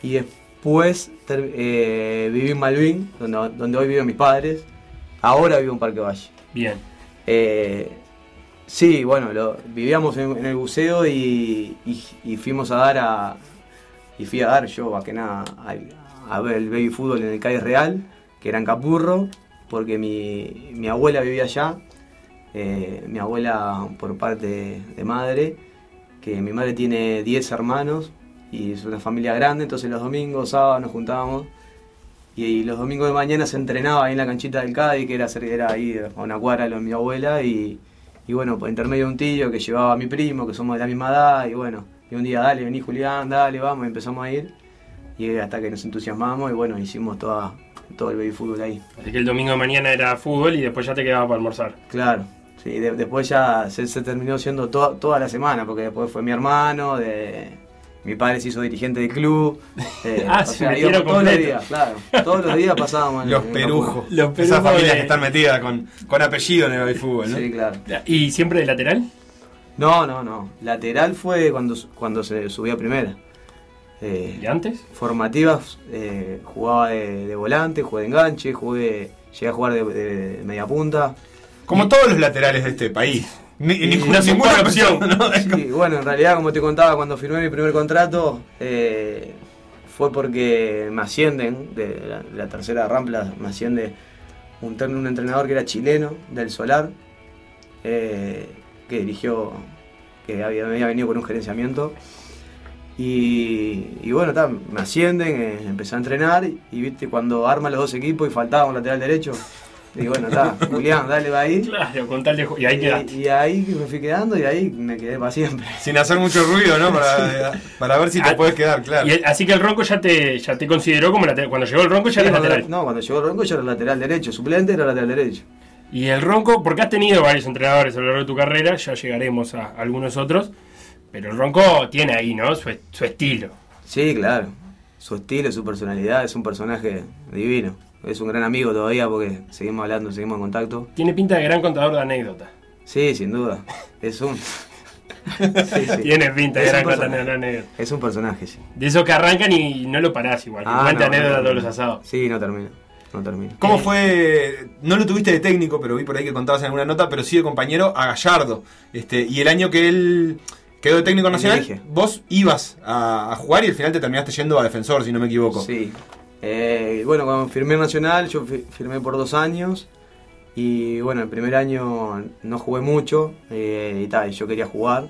Y después ter- eh, viví en Malvin, donde, donde hoy viven mis padres. Ahora vivo en Parque Valle. Bien. Eh, sí, bueno, lo- vivíamos en, en el buceo y, y- y fuimos a dar a. Y fui a dar yo, más que nada, a, a ver el baby fútbol en el Calle Real, que era en Capurro, porque mi, mi abuela vivía allá. eh, mi abuela, por parte de madre, que mi madre tiene 10 hermanos y es una familia grande, entonces los domingos, sábados nos juntábamos. Y, los domingos de mañana se entrenaba ahí en la canchita del Cádiz, que era, cer- era ahí a una cuadra de lo de mi abuela. Y, y bueno, por intermedio de un tío que llevaba a mi primo, que somos de la misma edad. Y bueno, y un día, dale, vení Julián, dale, vamos, y empezamos a ir. Y hasta que nos entusiasmamos y bueno, hicimos toda, todo el baby fútbol ahí. Así que el domingo de mañana era fútbol y después ya te quedabas para almorzar. Claro, sí, de- después ya se, se terminó siendo to- toda la semana, porque después fue mi hermano, de, mi padre se hizo dirigente del club. [laughs] eh, Ah, o se sea, metieron íbamos todos los completo. días, claro. Todos los días pasábamos. en- Los en perujos. Capurro. eh, Esas familias que están metidas con, con apellido en el baby fútbol, ¿no? Sí, claro. ¿Y siempre de lateral? No, no, no. Lateral fue cuando, cuando se subió a primera. Eh, ¿Y antes? Formativas, eh, jugaba de, de volante, jugué de enganche, jugué, llegué a jugar de, de media punta. Como todos los laterales de este país. Ni- ninguna- ninguna opción, [laughs] [laughs] ¿no? Sí, bueno, en realidad, como te contaba, cuando firmé mi primer contrato, eh, fue porque me ascienden, de la, de la tercera rampla, me asciende un, ter- un entrenador que era chileno, del Solar, eh, que dirigió, que había, me había venido con un gerenciamiento. Y, y bueno, ta, me ascienden, eh, empecé a entrenar y viste cuando arman los dos equipos y faltaba un lateral derecho. Y [laughs] bueno, está, Julián, dale, va ahí. Claro, con tal de. ju- Y ahí quedaste. Y, y ahí me fui quedando y ahí me quedé para siempre. Sin hacer mucho ruido, ¿no? Para, para ver si Ah, te puedes quedar, claro. Y el- así que el Ronco ya te, ya te consideró como lateral. Cuando llegó el Ronco ya Sí, eras cuando- lateral. No, cuando llegó el Ronco yo era lateral derecho, suplente era lateral derecho. Y el Ronco, porque has tenido varios entrenadores a lo largo de tu carrera, ya llegaremos a algunos otros, pero el Ronco tiene ahí, ¿no? Su, est- su estilo. Sí, claro. Su estilo, su personalidad, es un personaje divino. Es un gran amigo todavía porque seguimos hablando, seguimos en contacto. Tiene pinta de gran contador de anécdotas. Sí, sin duda. Es un. Tiene pinta de Es un gran contador personaje. de anécdotas. [laughs] Es un personaje, sí. De esos que arrancan y no lo parás igual. que Ah, cuenta no, no anécdotas todos termina. los asados. Sí, no termina. No termina. ¿Cómo fue? No lo tuviste de técnico, pero vi por ahí que contabas en alguna nota, pero sí de compañero a Gallardo. Este, y el año que él quedó de técnico nacional, dirige. vos ibas a, a jugar y al final te terminaste yendo a defensor, si no me equivoco. Sí. Eh, bueno, cuando firmé en Nacional, yo fi- firmé por dos años. Y bueno, el primer año no jugué mucho. eh, y tal, yo quería jugar.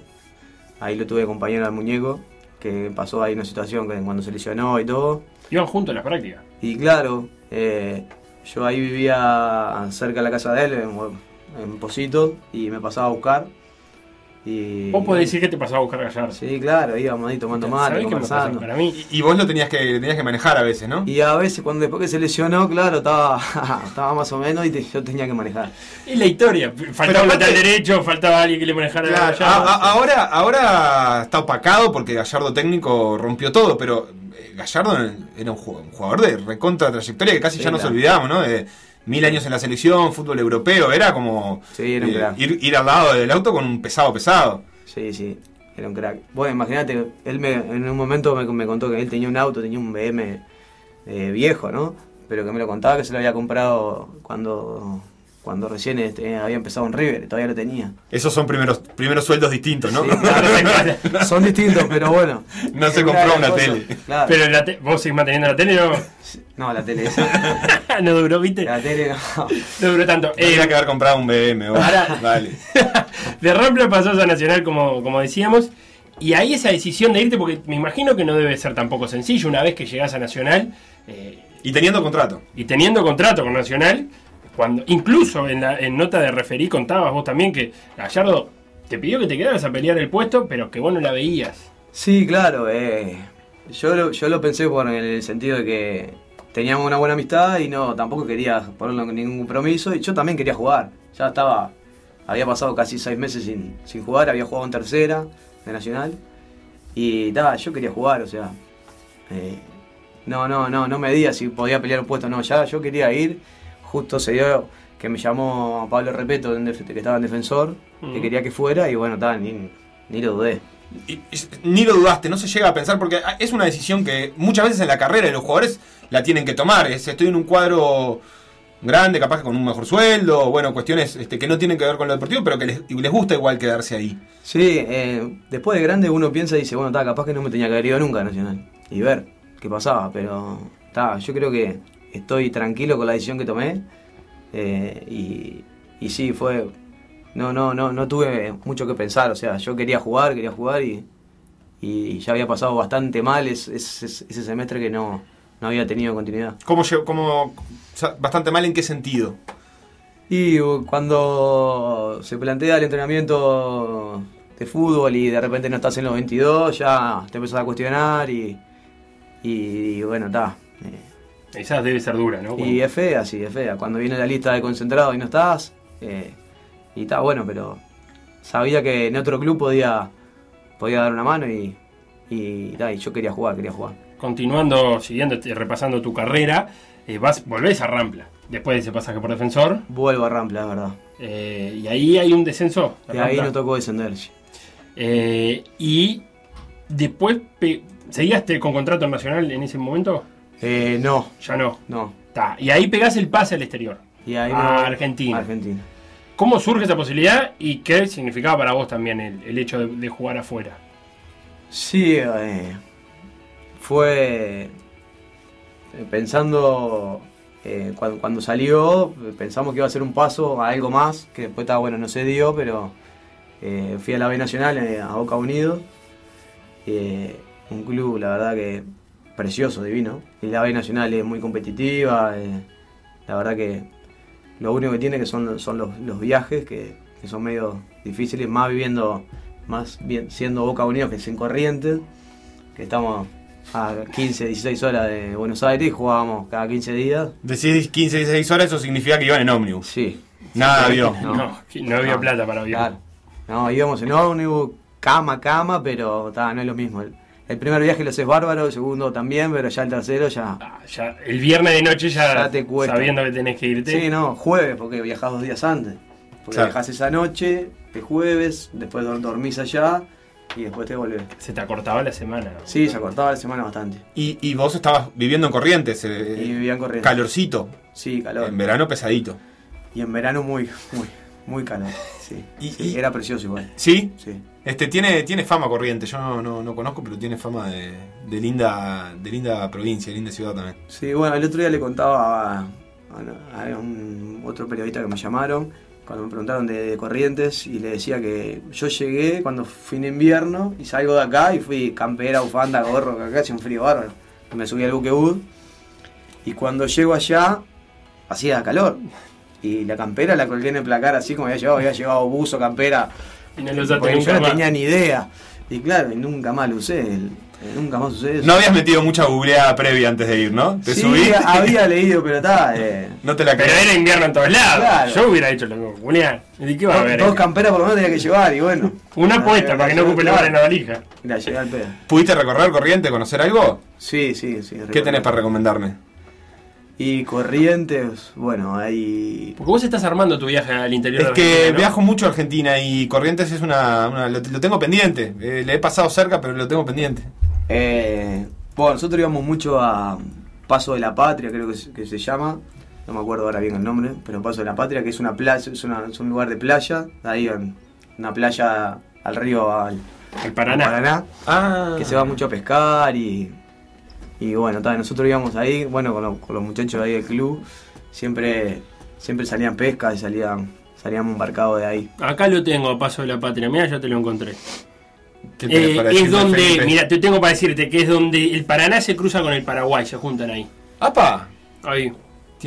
Ahí lo tuve de compañero al muñeco, que pasó ahí una situación que cuando se lesionó y todo. Iban juntos a las prácticas. Y claro, eh, yo ahí vivía cerca de la casa de él, en- en Positos y me pasaba a buscar. Y... Vos podés decir que te pasaba a buscar Gallardo. Sí, claro, íbamos ahí tomando mate, ¿Sabés qué me pasaba conversando. para mí? Y vos lo tenías que, tenías que manejar a veces, ¿no? Y a veces, cuando después que se lesionó, claro, estaba, estaba más o menos y te- yo tenía que manejar. Es la historia. Faltaba un lateral derecho, faltaba alguien que le manejara Claro, la a- ah, a- ahora, ahora está opacado porque Gallardo técnico rompió todo, pero eh, Gallardo era un ju- un jugador de recontra trayectoria que casi Sí, ya nos claro. olvidamos, ¿no? De mil años en la selección, fútbol europeo, era como Sí, era un eh, crack. ir, ir al lado del auto con un pesado pesado. Sí, sí, era un crack. Bueno, imagínate, él me, en un momento me, me contó que él tenía un auto, tenía un BM eh, viejo, ¿no? Pero que me lo contaba que se lo había comprado cuando, cuando recién este, había empezado en River, y todavía lo tenía. Esos son primeros, primeros sueldos distintos, ¿no? Sí, [laughs] claro, son distintos, pero bueno. no se Es compró gran una cosa, tele. [laughs] Claro. Pero la te- vos seguís manteniendo la tele, ¿no? No, la tele esa. [laughs] no duró, ¿viste? La tele no. No duró tanto. Eh, Tendría que haber comprado un BM, vos. Ahora- Dale. de Rampla pasás a Nacional, como, como decíamos. Y ahí esa decisión de irte, porque me imagino que no debe ser tampoco sencillo una vez que llegás a Nacional eh, Y teniendo contrato. y teniendo contrato con Nacional. cuando Incluso en la en nota de referí contabas vos también que Gallardo te pidió que te quedaras a pelear el puesto, pero que vos no la veías. Sí, claro. eh, yo, lo, yo lo pensé por el sentido de que teníamos una buena amistad y no tampoco quería ponerlo en ningún compromiso. Y yo también quería jugar. Ya estaba, había pasado casi seis meses sin, sin jugar, había jugado en tercera de Nacional. Y ta, yo quería jugar, o sea. eh, no, no, no, no me di si podía pelear un puesto, no, ya yo quería ir. Justo se dio que me llamó Pablo Repeto, en def- que estaba en defensor, que Mm. quería que fuera y bueno, ta, ni, ni lo dudé. Y- y- ni lo dudaste, no se llega a pensar, porque ah, es una decisión que muchas veces en la carrera de los jugadores la tienen que tomar. Es, estoy en un cuadro grande, capaz que con un mejor sueldo, bueno, cuestiones este, que no tienen que ver con lo deportivo, pero que les, les gusta igual quedarse ahí. Sí, eh, después de grande uno piensa y dice, bueno, está, capaz que no me tenía que haber ido nunca a Nacional. Y ver qué pasaba, pero está, yo creo que estoy tranquilo con la decisión que tomé. eh, y, y sí, fue. No, no, no, no tuve mucho que pensar. O sea, yo quería jugar, quería jugar y, y ya había pasado bastante mal es- es- es- ese semestre que no, no había tenido continuidad. ¿Cómo, llegó- cómo- o sea, bastante mal en qué sentido? Y uh, cuando se plantea el entrenamiento de fútbol y de repente no estás en los 22, ya te empezás a cuestionar y, y, y bueno, está. Quizás Mm, debe ser dura, ¿no? Y es fea, sí, es fea. Cuando viene la lista de concentrados y no estás, eh, y está bueno, pero sabía que en otro club podía, podía dar una mano y, y, ta, y yo quería jugar, quería jugar. continuando, siguiendo, te- repasando tu carrera, eh, vas, volvés a Rampla, después de ese pasaje por defensor, Vuelvo a Rampla, es verdad. eh, y ahí hay un descenso. a Y ahí Rampla. no tocó descender. sí. Eh, y después, pe- ¿seguías te- con contrato nacional en ese momento? Eh, no, Ya no. no. Ta, Y ahí pegás el pase al exterior, Y ahí me a voy a Ah, Argentina. Argentina. ¿Cómo surge esa posibilidad y qué significaba para vos también el, el hecho de, de jugar afuera? Sí, eh, fue eh, pensando, eh, cuan- cuando, salió, eh, pensamos que iba a ser un paso a algo más, que después estaba bueno, no se dio, pero eh, fui a la B Nacional, eh, a Boca Unido, eh, un club, la verdad que precioso, divino, y la B Nacional es muy competitiva, eh, la verdad que lo único que tiene que son, son los, los viajes, que, que son medio difíciles, más viviendo más bien siendo Boca Unidos que es en Corrientes, que estamos a 15, 16 horas de Buenos Aires y jugábamos cada 15 días. Decís 15, 16 horas, eso significa que iban en ómnibus. Sí, Nada, vio. No, que no había [laughs] No. plata para viajar. claro. No, íbamos en ómnibus, cama, a cama, pero ta, no es lo mismo. El, el primer viaje lo haces bárbaro, el segundo también, pero ya el tercero ya... Ah, ya, el viernes de noche ya, Ya te cuesta. sabiendo que tenés que irte. Sí, no, jueves, porque viajás dos días antes. Porque Claro. viajás esa noche, el jueves, después dor- dormís allá y después te volvés. Se te acortaba la semana. Sí, se acortaba la semana bastante. Y, y vos estabas viviendo en Corrientes, Y eh, vivían corriendo. calorcito, Sí, calor. en verano pesadito. Y en verano muy, muy, muy calor. Sí. Y- Sí, y- era precioso igual. ¿Sí? Sí. Este, tiene, tiene fama corriente, yo no, no, no conozco, pero tiene fama de, de linda, de linda provincia, de linda ciudad también. Sí, bueno, el otro día le contaba a, a- a un otro periodista que me llamaron cuando me preguntaron de, de Corrientes y le decía que yo llegué cuando fui en invierno y salgo de acá y fui campera, bufanda, gorro, que acá hacía un frío bárbaro. Me subí al buquebús y cuando llego allá hacía calor. Y la campera la colgué en el placar así como había llevado, había llevado buzo, campera. Y no lo usaste Porque nunca yo no más. tenía ni idea. Y claro, y nunca más lo usé. el- eh, Nunca más usé eso. No habías metido mucha googleada previa antes de ir, ¿no? Te Sí, subí. había leído, pero eh, está. [laughs] No te la Pero era invierno en todos lados. Claro. Yo hubiera hecho lo mismo. Julián, ¿de qué va a dos, haber? dos camperas por lo menos tenía que llevar y bueno. Una puesta para que no ocupe lugar en la valija. Mira, llegué al pedo. ¿Pudiste recorrer corriente, conocer algo? Sí, sí, sí. ¿Qué tenés para recomendarme? Y corrientes, bueno, ahí. Porque vos estás armando tu viaje al interior Es de Argentina, que ¿no? viajo mucho a Argentina y Corrientes es una. una- lo, lo tengo pendiente. Eh, le he pasado cerca, pero lo tengo pendiente. Eh, bueno, nosotros íbamos mucho a Paso de la Patria, creo que se, que se llama. No me acuerdo ahora bien el nombre, pero Paso de la Patria, que es una playa, es, una- es un lugar de playa, ahí en una playa al río al, Paraná. al que se va mucho a pescar y, y bueno, ta, nosotros íbamos ahí, bueno, con, los- con los muchachos ahí del club, siempre, siempre salían pesca y salían, salíamos embarcados de ahí. Acá lo tengo, a paso de la patria. Mira, ya te lo encontré. ¿Qué tenés Eh, para es decirme, donde, Felipe? mira, te tengo para decirte que es donde el Paraná se cruza con el Paraguay, se juntan ahí. ¡Apa! Ahí.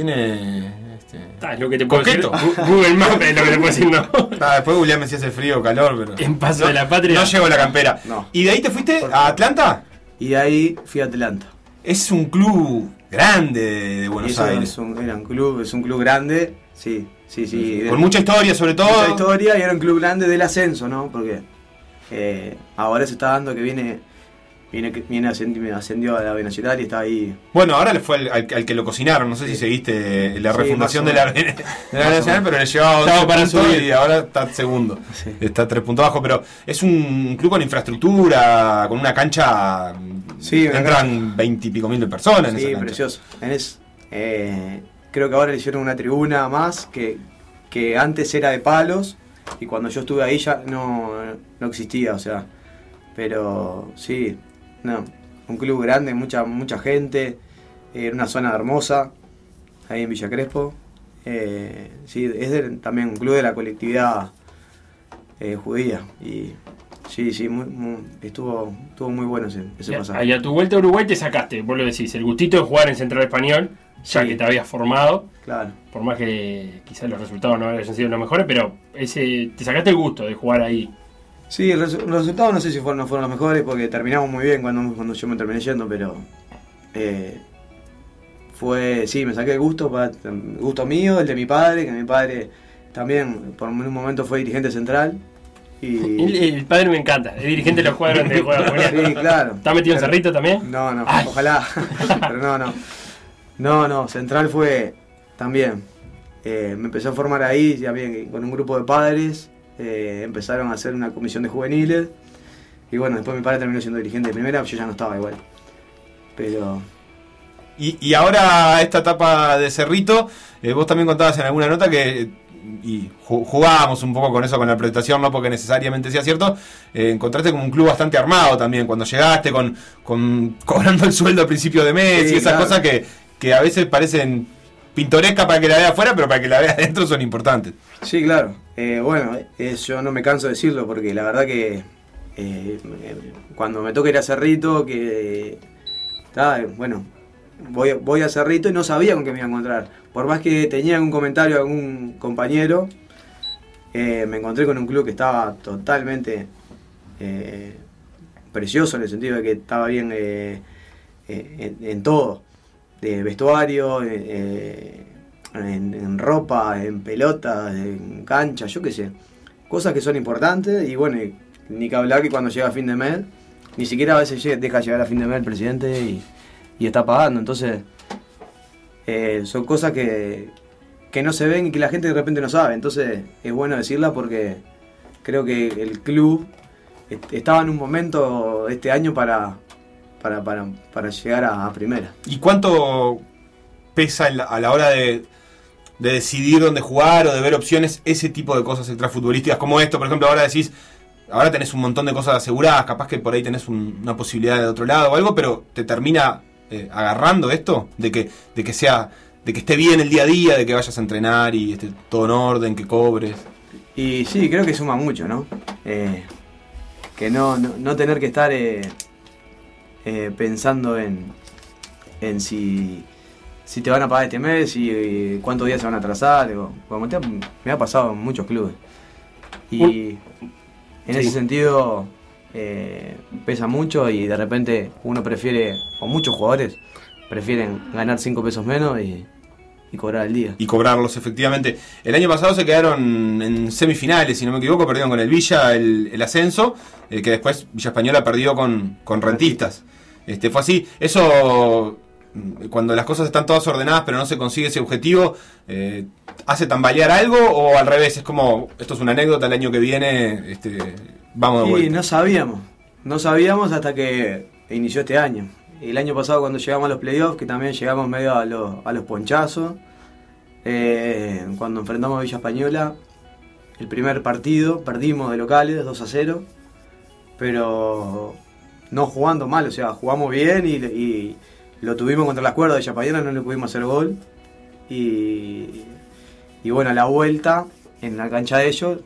Tiene. Este... Ta, es lo que te puedo Coqueto. decir. Gu- Google Maps es lo que te puedo decir, no. Ah, después googleame si hace frío o calor, pero. En Paso No- de la Patria. No llego a la campera. No. ¿Y de ahí te fuiste a Atlanta? Y de ahí fui a Atlanta. Es un club grande de, de Buenos Eso Aires. Es un, era un club, es un club grande, sí, sí, sí. Con mucha historia, sobre todo. Mucha historia y era un club grande del ascenso, ¿no? Porque eh, ahora se está dando que viene, viene, que- viene ascendió, ascendió a la B Nacional y está ahí. Bueno, ahora le fue al, al- al que lo cocinaron. No sé si seguiste la Sí, refundación más de o la, menos. de la Nacional, pero le llevaba Estaba 11 para puntos subir. y ahora está segundo. Está tres puntos abajo, pero es un club con infraestructura, con una cancha. una entran veintipico mil de personas en sí, esa cancha. precioso. Es, eh, creo que ahora le hicieron una tribuna más que, que antes era de palos y cuando yo estuve ahí ya no, no existía, o sea. Pero sí, no, un club grande, mucha, mucha gente, en una zona hermosa, ahí en Villa Crespo. Eh, sí, es de- también un club de la colectividad eh, judía y sí, sí, muy- muy- estuvo, estuvo muy bueno ese, ese pasaje. Y a tu vuelta a Uruguay te sacaste, vos lo decís, el gustito de jugar en Central Español, ya que te habías formado. Claro. Por más que quizás los resultados no hayan sido los mejores, pero ese te sacaste el gusto de jugar ahí. Sí, el resu- los resultados no sé si fueron, no fueron los mejores porque terminamos muy bien cuando, cuando yo me terminé yendo, pero eh, fue, sí, me saqué el gusto, pa- el gusto mío, el de mi padre, que mi padre también por un momento fue dirigente central. [laughs] Y... El, el padre me encanta, es dirigente de los cuadros donde [laughs] juega Julián. Sí, claro. ¿Está metido en Pero- Cerrito también? No, no, ojalá. [laughs] Pero no, no. No, no, Central fue también. eh, me empecé a formar ahí, ya bien, con un grupo de padres. eh, empezaron a hacer una comisión de juveniles. Y bueno, después mi padre terminó siendo dirigente de primera, yo ya no estaba igual. Pero. Y, y ahora esta etapa de Cerrito, eh, vos también contabas en alguna nota que eh, y ju- jugábamos un poco con eso, con la prestación, no porque necesariamente sea cierto, eh, encontraste como un club bastante armado también cuando llegaste, con, con [laughs] cobrando el sueldo al principio de mes Sí, y esas claro. cosas que, que a veces parecen pintorescas para que la veas afuera, pero para que la veas [laughs] adentro son importantes. Sí, claro. Eh, bueno, eh, yo no me canso de decirlo porque la verdad que eh, me- cuando me toca ir a Cerrito, que ta, eh, bueno, voy, voy a Cerrito y no sabía con qué me iba a encontrar. Por más que tenía algún comentario de algún compañero, eh, me encontré con un club que estaba totalmente eh, precioso en el sentido de que estaba bien eh, eh, en, en todo. De vestuario, eh, eh, en, en ropa, en pelota, en cancha, yo qué sé. Cosas que son importantes y bueno, y ni que hablar que cuando llega fin de mes, ni siquiera a veces llega- deja llegar a fin de mes el presidente y, y está pagando. Entonces, eh, son cosas que, que no se ven y que la gente de repente no sabe. Entonces, es bueno decirla porque creo que el club est- estaba en un momento este año para, para, para, para llegar a- a primera. ¿Y cuánto pesa en la- a la hora de, de decidir dónde jugar o de ver opciones ese tipo de cosas extrafutbolísticas como esto? Por ejemplo, ahora decís, ahora tenés un montón de cosas aseguradas, capaz que por ahí tenés un- una posibilidad de otro lado o algo, pero te termina eh, agarrando esto de que, de que sea de que esté bien el día a día, de que vayas a entrenar y esté todo en orden, que cobres. Y sí, creo que suma mucho, ¿no? Eh, que no, no, no tener que estar eh, eh, pensando en, en si, si te van a pagar este mes y, y cuántos días se van a atrasar. Digo, como te- me ha pasado en muchos clubes. Y en ese sentido eh, pesa mucho y de repente uno prefiere, o muchos jugadores prefieren ganar 5 pesos menos y, y cobrar al día. y cobrarlos efectivamente. El año pasado se quedaron en semifinales, si no me equivoco, perdieron con el Villa el, el ascenso, eh, que después Villa Española perdió con, con rentistas. Este, fue así. Eso, mm, cuando las cosas están todas ordenadas pero no se consigue ese objetivo, eh, ¿hace tambalear algo o al revés? Es como, esto es una anécdota, el año que viene este, vamos de Y vuelta. no sabíamos, no sabíamos hasta que inició este año. Y el año pasado cuando llegamos a los playoffs, que también llegamos medio a los, a los ponchazos, eh, cuando enfrentamos a Villa Española, el primer partido perdimos de locales 2 a 0, pero no jugando mal, o sea, jugamos bien y, y lo tuvimos contra las cuerdas de Villa Española, no le pudimos hacer gol. Y, y bueno, a la vuelta, en la cancha de ellos,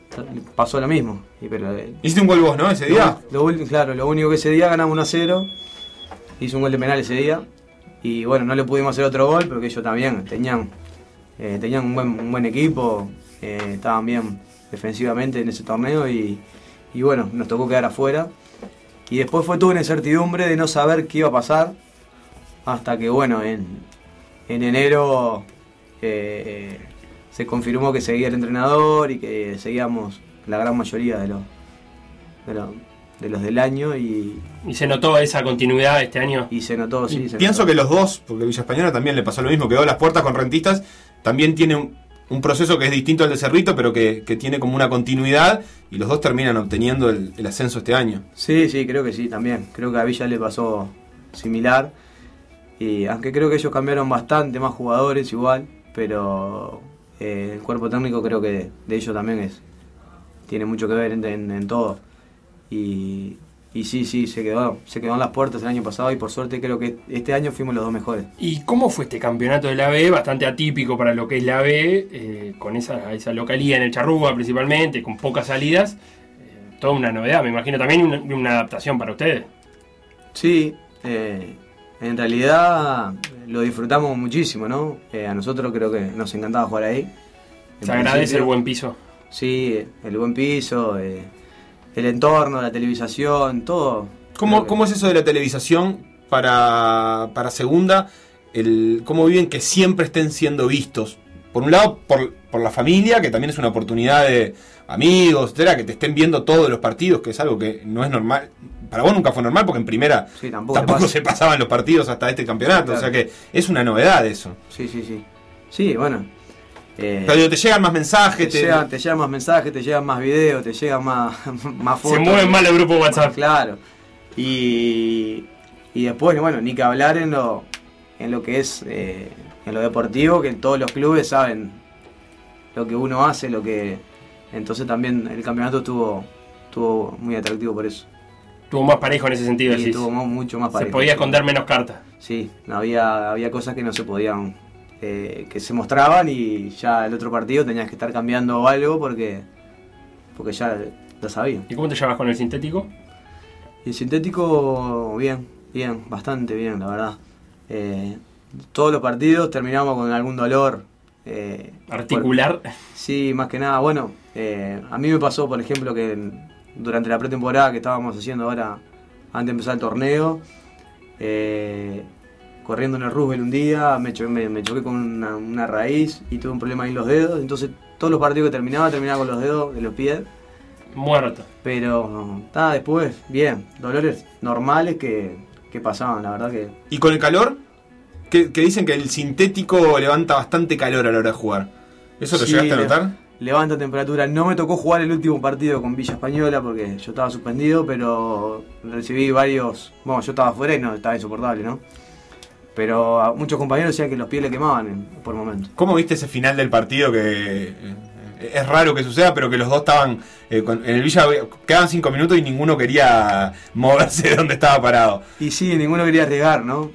pasó lo mismo. Y pero, eh, Hiciste un gol vos, ¿no? Ese día. lo ul- claro, lo único que ese día ganamos 1 a 0. Hizo un gol de penal ese día. Y bueno, no le pudimos hacer otro gol porque ellos también tenían, eh, tenían un, buen, un buen equipo. eh, estaban bien defensivamente en ese torneo y, y bueno, nos tocó quedar afuera. Y después fue toda una incertidumbre de no saber qué iba a pasar. Hasta que bueno, en, en enero eh, eh, se confirmó que seguía el entrenador y que seguíamos la gran mayoría de los, de los, de los del año y, ¿Y se notó esa continuidad este año? Y se notó, sí. se Pienso notó. que los dos, porque Villa Española también le pasó lo mismo, quedó a las puertas con rentistas, también tiene un, un proceso que es distinto al de Cerrito, pero que, que tiene como una continuidad y los dos terminan obteniendo el, el ascenso este año. Sí, sí, creo que sí, también. Creo que a Villa le pasó similar. Y aunque creo que ellos cambiaron bastante, más jugadores igual, pero eh, el cuerpo técnico creo que de, ellos también es tiene mucho que ver en, en- en todo. Y, y sí, sí, se quedó, se quedó en las puertas el año pasado y por suerte creo que este año fuimos los dos mejores. ¿Y cómo fue este campeonato de la B? Bastante atípico para lo que es la B, eh, con esa, esa localía en el Charrúa principalmente, con pocas salidas. Eh, toda una novedad, me imagino también una, una adaptación para ustedes. Sí, eh, en realidad lo disfrutamos muchísimo, ¿no? Eh, a nosotros creo que nos encantaba jugar ahí. En Se agradece principio, el buen piso. Sí, el buen piso, eh, el entorno, la televisación, todo. ¿Cómo, cómo es eso de la televisación para, para segunda? El, ¿Cómo viven que siempre estén siendo vistos? Por un lado, por, por la familia, que también es una oportunidad de amigos, etcétera, que te estén viendo todos los partidos, que es algo que no es normal. Para vos nunca fue normal, porque en primera Sí, tampoco. tampoco, te pasa. se pasaban los partidos hasta este campeonato. Claro. O sea que es una novedad eso. Sí, sí, sí. Sí, bueno. eh, Pero digo, te llegan más mensajes, Te, te- llegan, te llegan más mensajes, te llegan más videos, te llegan más, [laughs] más Se fotos. mueven más los grupos WhatsApp. Claro. Y, y después, bueno, ni que hablar en lo, en lo que es, eh, en lo deportivo, que todos los clubes saben lo que uno hace, lo que... Entonces también el campeonato estuvo, estuvo muy atractivo por eso. Tuvo más parejo en ese sentido, Sí, decís. estuvo mu- mucho más Se parejo. podía esconder menos cartas. Sí, no había, había cosas que no se podían, eh, que se mostraban y ya el otro partido tenías que estar cambiando algo porque, porque ya lo sabían. ¿Y cómo te llevas con el sintético? Y el sintético, bien, bien, bastante bien, la verdad. Eh, todos los partidos terminamos con algún dolor. eh, Articular. por- sí, más que nada. Bueno, eh, a mí me pasó, por ejemplo, que en- durante la pretemporada que estábamos haciendo ahora, antes de empezar el torneo, eh, corriendo en el Roosevelt un día, me, cho- me- me choqué con una, una raíz y tuve un problema ahí en los dedos. Entonces, todos los partidos que terminaba, terminaba con los dedos de los pies. [laughs] Muerto. Pero, está Ah, después, bien, dolores normales que, que pasaban, la verdad que. ¿Y con el calor? Que, que dicen que el sintético levanta bastante calor a la hora de jugar. ¿Eso lo Sí, llegaste a le- notar? Levanta temperatura. No me tocó jugar el último partido con Villa Española porque yo estaba suspendido, pero recibí varios. Bueno, yo estaba afuera y no estaba insoportable, ¿no? Pero a muchos compañeros decían que los pies le quemaban en- por momentos. ¿Cómo viste ese final del partido que eh, es raro que suceda, pero que los dos estaban eh, con- en el Villa, quedaban cinco minutos y ninguno quería moverse de donde estaba parado? Y sí, ninguno quería arriesgar, ¿no?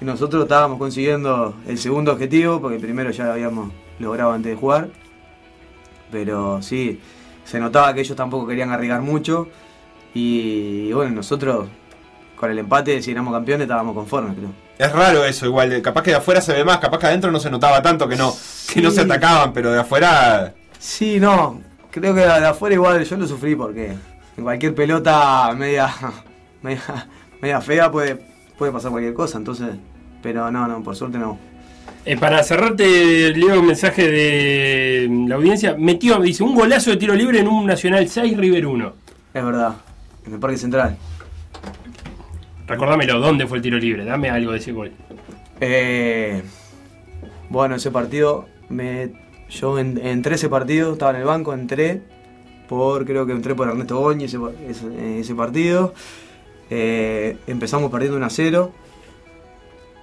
Y nosotros estábamos consiguiendo el segundo objetivo, porque el primero ya lo habíamos logrado antes de jugar. Pero sí, se notaba que ellos tampoco querían arriesgar mucho. Y, bueno, nosotros con el empate, si éramos campeones, estábamos conformes, creo. Es raro eso, igual. de- Capaz que de afuera se ve más, capaz que adentro no se notaba tanto que no, que no se atacaban, pero de afuera. Sí, no, creo que de afuera igual yo lo sufrí porque en cualquier pelota media [laughs] media, media fea puede, puede pasar cualquier cosa, entonces, pero no, no, por suerte no. Eh, para cerrarte, leo un mensaje de mm, la audiencia. Metió, me dice, un golazo de tiro libre en un Nacional 6 River 1. Es verdad, en el Parque Central. Recordámelo, ¿dónde fue el tiro libre? Dame algo de ese gol. Eh, bueno, ese partido, me, yo en- entré ese partido, estaba en el banco, entré por, creo que entré por Ernesto Goñi ese, ese- ese partido. Eh, empezamos perdiendo 1 a 0.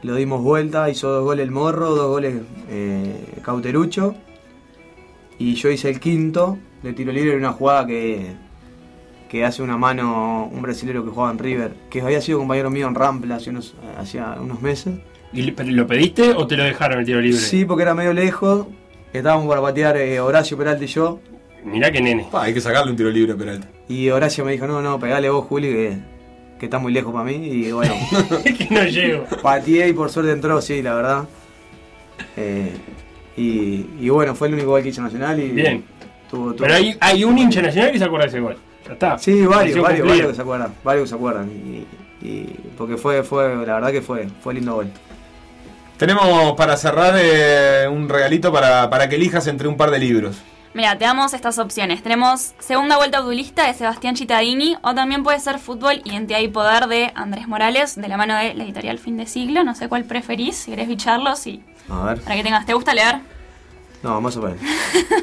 Lo dimos vuelta, hizo dos goles el Morro, dos goles eh, Cauterucho. Y yo hice el quinto de tiro libre en una jugada que, que hace una mano un brasilero que jugaba en River, que había sido compañero mío en Rampla hace unos, hacía unos meses. ¿Y le- pero lo pediste o te lo dejaron el tiro libre? Sí, porque era medio lejos. Estábamos para patear eh, Horacio Peralta y yo. Mirá que [laughs] nene. hay que sacarle un tiro libre a Peralta. Y Horacio me dijo, no, no, pegale vos, Juli, que, que está muy lejos para mí. [laughs] Y bueno. que no llego. Pateé y por suerte entró, sí, la verdad. Eh, y, y bueno, fue el único gol que hizo Nacional. Y Bien. tuvo- tuvo- Pero hay, hay un hincha nacional que se acuerda de ese gol. Ya está. Sí, varios, Misión varios, cumplida. varios que se acuerdan. Varios que se acuerdan. Y, y- porque fue, fue, la verdad que fue, fue lindo gol. Tenemos para cerrar eh, un regalito para, para que elijas entre un par de libros. Mira, te damos estas opciones. Tenemos Segunda Vuelta Duelista de Sebastián Cittadini o también puede ser Fútbol, Identidad y Poder de Andrés Morales de la mano de la editorial Fin de Siglo. No sé cuál preferís, si querés bicharlos y A ver. para que tengas. ¿Te gusta leer? No, más o menos.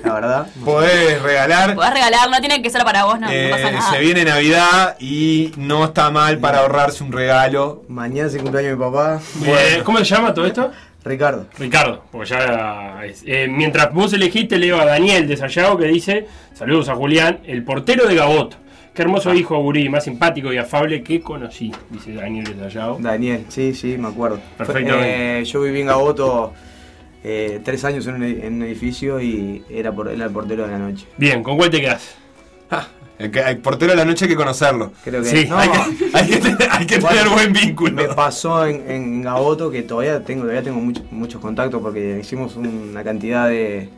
La verdad. Podés regalar. Podés regalar, no tiene que ser para vos, no, no eh, pasa nada. se viene Navidad y no está mal para ahorrarse un regalo. Mañana es el cumpleaños de mi papá. Eh, ¿Cómo se llama todo esto? Ricardo. Ricardo, porque ya es- eh, mientras vos elegiste, leo a Daniel de Sayago que dice: Saludos a Julián, el portero de Gaboto. Qué Ah. hermoso hijo, Gurí, más simpático y afable que conocí, dice Daniel de Sayago. Daniel, sí, sí, me acuerdo. Perfectamente. Eh, yo viví en Gaboto eh, tres años en un, edi- en un edificio y era, por, era el portero de la noche. Bien, ¿con cuál te quedas? El, Eh, que- el portero de la noche hay que conocerlo. [laughs] Creo que Sí, [laughs] no. hay que, hay que tener, hay que tener buen vínculo. Me pasó en, en Gaboto que todavía tengo, todavía tengo mucho- muchos contactos porque hicimos una cantidad de,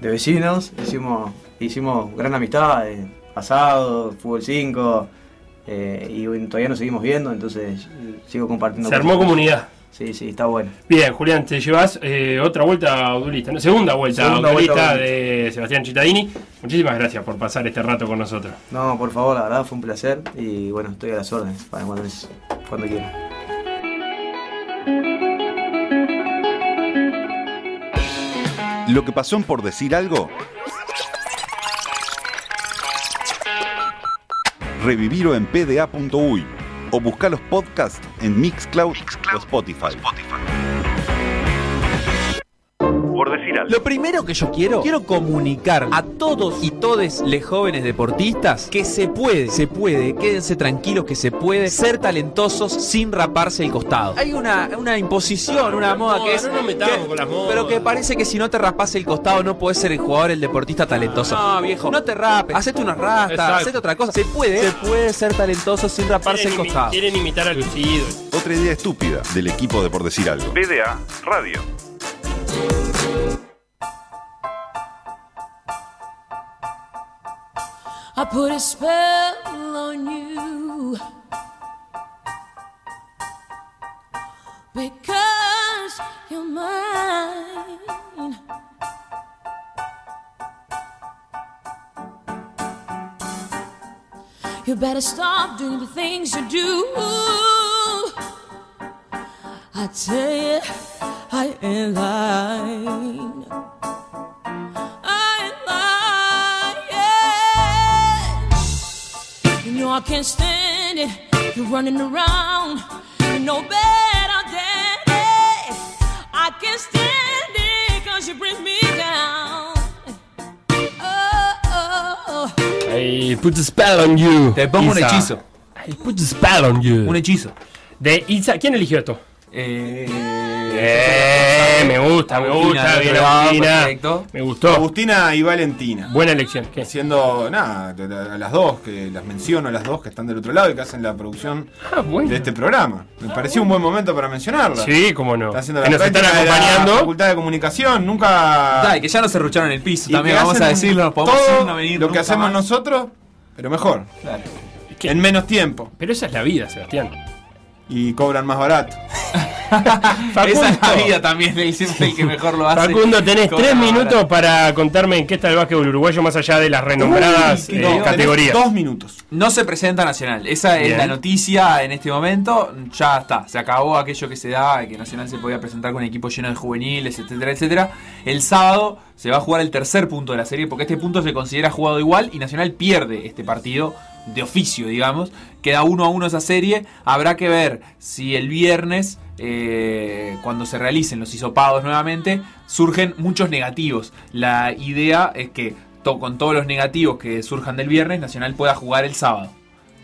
de vecinos, hicimos, hicimos gran amistad, eh, asado, fútbol 5, eh, y bueno, todavía nos seguimos viendo, entonces eh, sigo compartiendo. Se armó cosas. comunidad. Sí, sí, está bueno. Bien, Julián, te llevas eh, otra vuelta audulista, ¿no? segunda vuelta Segunda audulista vuelta audulista. de Sebastián Cittadini. Muchísimas gracias por pasar este rato con nosotros. No, por favor, la verdad fue un placer y bueno, estoy a las órdenes para cuando, neces- cuando quieran. Lo que pasó en por decir algo. Revivirlo en pda.uy o buscar los podcasts en Mixcloud, o Spotify. Por decir algo. Lo primero que yo quiero, quiero comunicar a todos y todes les jóvenes deportistas que se puede, se puede, quédense tranquilos que se puede ser talentosos sin raparse el costado. Hay una, una imposición, una moda que es... que- pero que parece que si no te raspas el costado no puedes ser el jugador, el deportista talentoso. No, viejo, no te rapes, hacete unas rastas, Exacto. hacete otra cosa. Se puede, se puede ser talentoso sin raparse el costado. Quieren imitar a los ídolos. Otra idea estúpida del equipo de por decir algo. PDA Radio. I put a spell on you because you're mine. You better stop doing the things you do. I tell you, I ain't lying. I lying. You know I can't stand it. You're running around. You know better than it. I can't stand it cause you bring me down. Oh, oh, oh. I put a spell on you. Te pongo un hechizo. I put a spell on you. Un hechizo. De Isa, ¿quién eligió esto? Eh, Eh, me gusta, me gusta, bien Agustina. Me gustó. [laughs] Agustina y Valentina. Buena elección. Siendo, nada, de- de- a las dos, que las menciono, a las dos que están del otro lado y que hacen la producción de este programa. Me pareció un buen momento para mencionarlas. Ah, Sí, cómo no. Está haciendo la Que nos están práctica de la acompañando. Facultad de Comunicación, nunca. Dale, que ya nos cerrucharon el piso y también, que vamos hacen a decirlo. nos Podemos todo ir, no venir Lo que nunca hacemos más. nosotros, pero mejor. En menos tiempo. Pero esa es la vida, Sebastián. Y cobran más barato. Esa es la vida también, [laughs] él siempre el que mejor lo hace. Facundo, tenés Cobra tres ahora. minutos para contarme en qué está el básquetbol uruguayo más allá de las renombradas eh, categorías. minutos. No se presenta Nacional. Esa es Bien. la noticia en este momento. Ya está. Se acabó aquello que se da, que Nacional se podía presentar con un equipo lleno de juveniles, etcétera, etcétera. El sábado se va a jugar el tercer punto de la serie, porque este punto se considera jugado igual y Nacional pierde este partido de oficio, digamos. Queda uno a uno esa serie. Habrá que ver si el viernes, eh, cuando se realicen los hisopados nuevamente, surgen muchos negativos. La idea es que to- con todos los negativos que surjan del viernes, Nacional pueda jugar el sábado.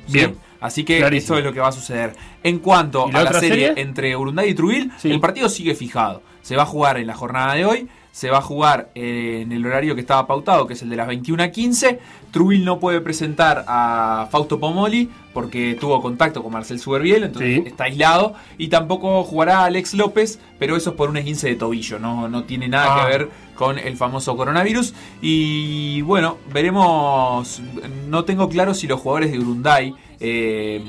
¿Sí? Bien. Así que Clarísimo. eso es lo que va a suceder. En cuanto ¿Y la a la otra serie, serie? entre Urunday y Trubil, el partido sigue fijado. Se va a jugar en la jornada de hoy, se va a jugar eh, en el horario que estaba pautado, que es el de las 21 a 15. Trubil no puede presentar a Fausto Pomoli porque tuvo contacto con Marcel Suberbiel, entonces está aislado. Y tampoco jugará Alex López, pero eso es por un esguince de tobillo, no, no tiene nada Ah. que ver con el famoso coronavirus. Y bueno, veremos. No tengo claro si los jugadores de Urunday, eh,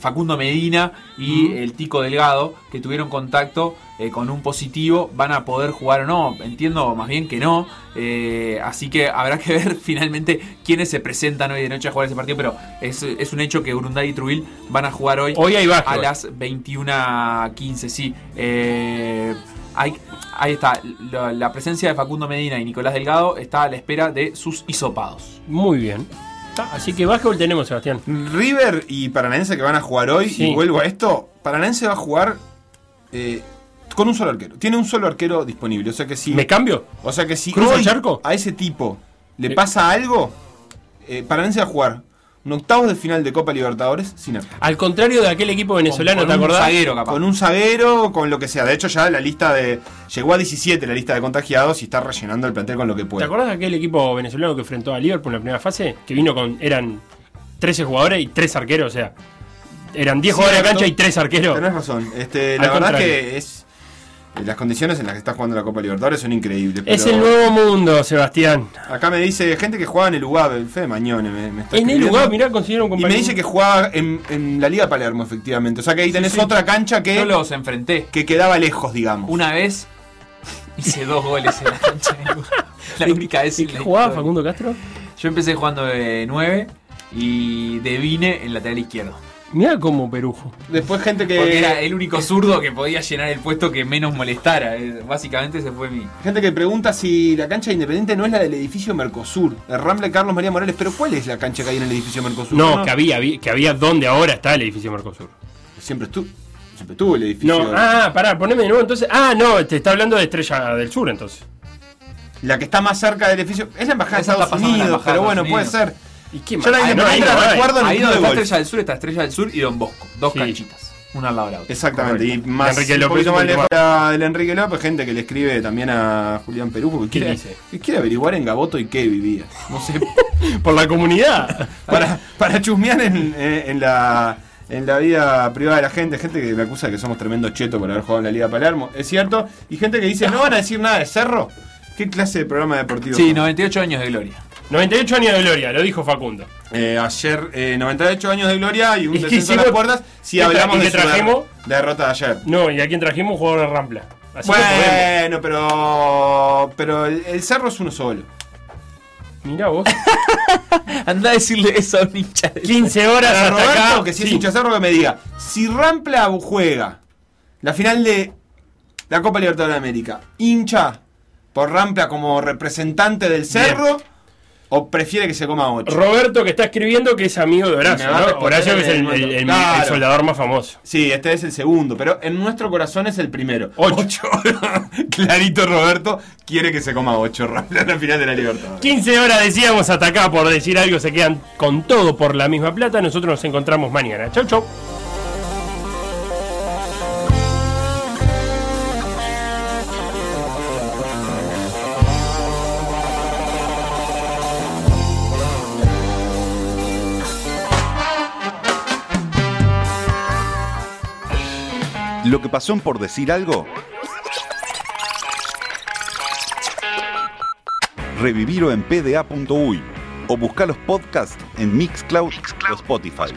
Facundo Medina y el Tico Delgado, que tuvieron contacto eh, con un positivo, van a poder jugar o no. Entiendo más bien que no. Eh, así que habrá que [laughs] ver finalmente quiénes se presentan hoy de noche a jugar ese partido. Pero es, es un hecho que Urunday y Truil van a jugar hoy, Hoy hay a básquetbol. las 21.15. Sí. Eh, hay- ahí está. La, la presencia de Facundo Medina y Nicolás Delgado está a la espera de sus hisopados. Muy bien. Ah, Así que básquetbol tenemos, Sebastián. River y Paranaense que van a jugar hoy, Sí. y vuelvo a esto, Paranaense va a jugar eh, con un solo arquero. Tiene un solo arquero disponible. O sea que si. ¿Me cambio? O sea que si ¿Cruzo el hoy charco? a ese tipo le pasa algo, eh, Paranaense va a jugar un octavo de final de Copa Libertadores sin arquero. Al contrario de aquel equipo venezolano, ¿te acordás? Con un zaguero, con lo que sea. De hecho, ya la lista de. Llegó a 17 la lista de contagiados y está rellenando el plantel con lo que ¿Te puede. acordás de aquel equipo venezolano que enfrentó a Liverpool en la primera fase? Que vino con. Eran 13 jugadores y 3 arqueros, o sea. Eran 10 jugadores de Cierto. cancha y 3 arqueros. Tenés razón. Este, la Al verdad contrario. que es. eh, Las condiciones en las que está jugando la Copa Libertadores son increíbles. Es pero- el nuevo mundo, Sebastián. Acá me dice gente que jugaba en el UGAB, el Fede Mañone me, me está En el escribiendo. lugar, mirá, consiguieron un Y compañero. me dice que jugaba en, en la Liga de Palermo, efectivamente. O sea que ahí tenés sí. otra cancha que, Yo los enfrenté. que quedaba lejos, digamos. Una vez hice dos goles en la cancha. de Lugano. La única vez. en la ¿Jugaba historia. Facundo Castro? Yo empecé jugando de 9 y devine en lateral izquierdo. Mirá como Perujo. Después gente Porque Eh. que era el único zurdo que podía llenar el puesto que menos molestara. Eh, Básicamente ese fue mi. gente que pregunta si la cancha de independiente no es la del edificio Mercosur, el Ramble Carlos María Morales, pero ¿cuál es la cancha que hay en el edificio Mercosur? No, que había, había- que había donde ahora está el edificio Mercosur. Siempre estuvo. Siempre estuvo el edificio. No, ah, pará, poneme de nuevo entonces. Ah, no, te está hablando de Estrella del Sur entonces. La que está más cerca del edificio es la embajada de Esa está Estados pasando en la Unidos, embajada pero de bueno, Estados puede ser. Unidos. ¿Y qué Yo la más? Ah, no, ahí independiente no la hay. recuerdo en el Ahí donde club de está golf. Estrella del Sur está Estrella del Sur y Don Bosco. Dos canchitas. Una al lado de la otra. Exactamente, y Correcto. más Enrique un López, poquito un más poquito lejos la- del Enrique López, gente que le escribe también a Julián Perú porque quiere, dice? que quiere averiguar en Gaboto y qué vivía. No sé, Por la [laughs] comunidad. para, para chusmear en, eh, en la, en la vida privada de la gente, gente que me acusa de que somos tremendo cheto por haber jugado en la Liga Palermo, es cierto, y gente que dice, ¿no van a decir nada de Cerro? ¿Qué clase de programa deportivo? Sí, son? 98 años de gloria. 98 años de gloria, lo dijo Facundo. Eh, ayer, eh, 98 años de gloria y [laughs] un ¿Y qué descenso a las hicimos? puertas, si ¿Y qué hablamos tra- y de qué su der- trajimos? derrota de ayer. No, y a quien trajimos un jugador de Rampla. Así no podemos. bueno, pero. Pero el, el cerro es uno solo. Mirá [laughs] vos. Andá a decirle eso a un hincha. 15 horas Para hasta Roberto, acá. que si es sí. hincha cerro, que me diga. Si Rampla juega la final de la Copa Libertadores de América, hincha por Rampla como representante del cerro, o prefiere que se coma 8. Roberto que está escribiendo que es amigo de Horacio, ¿no? Horacio que es el, el- el- el soldador más famoso. Sí, este es el segundo, pero en nuestro corazón es el primero. 8. [laughs] Clarito Roberto quiere que se coma 8 Rampla en la final de la Libertadores. 15 horas decíamos hasta acá por decir algo, se quedan con todo por la misma plata. Nosotros nos encontramos mañana. Chau, chau. Lo que pasó en por decir algo. Revivirlo en pda.uy o buscar los podcasts en Mixcloud, o Spotify.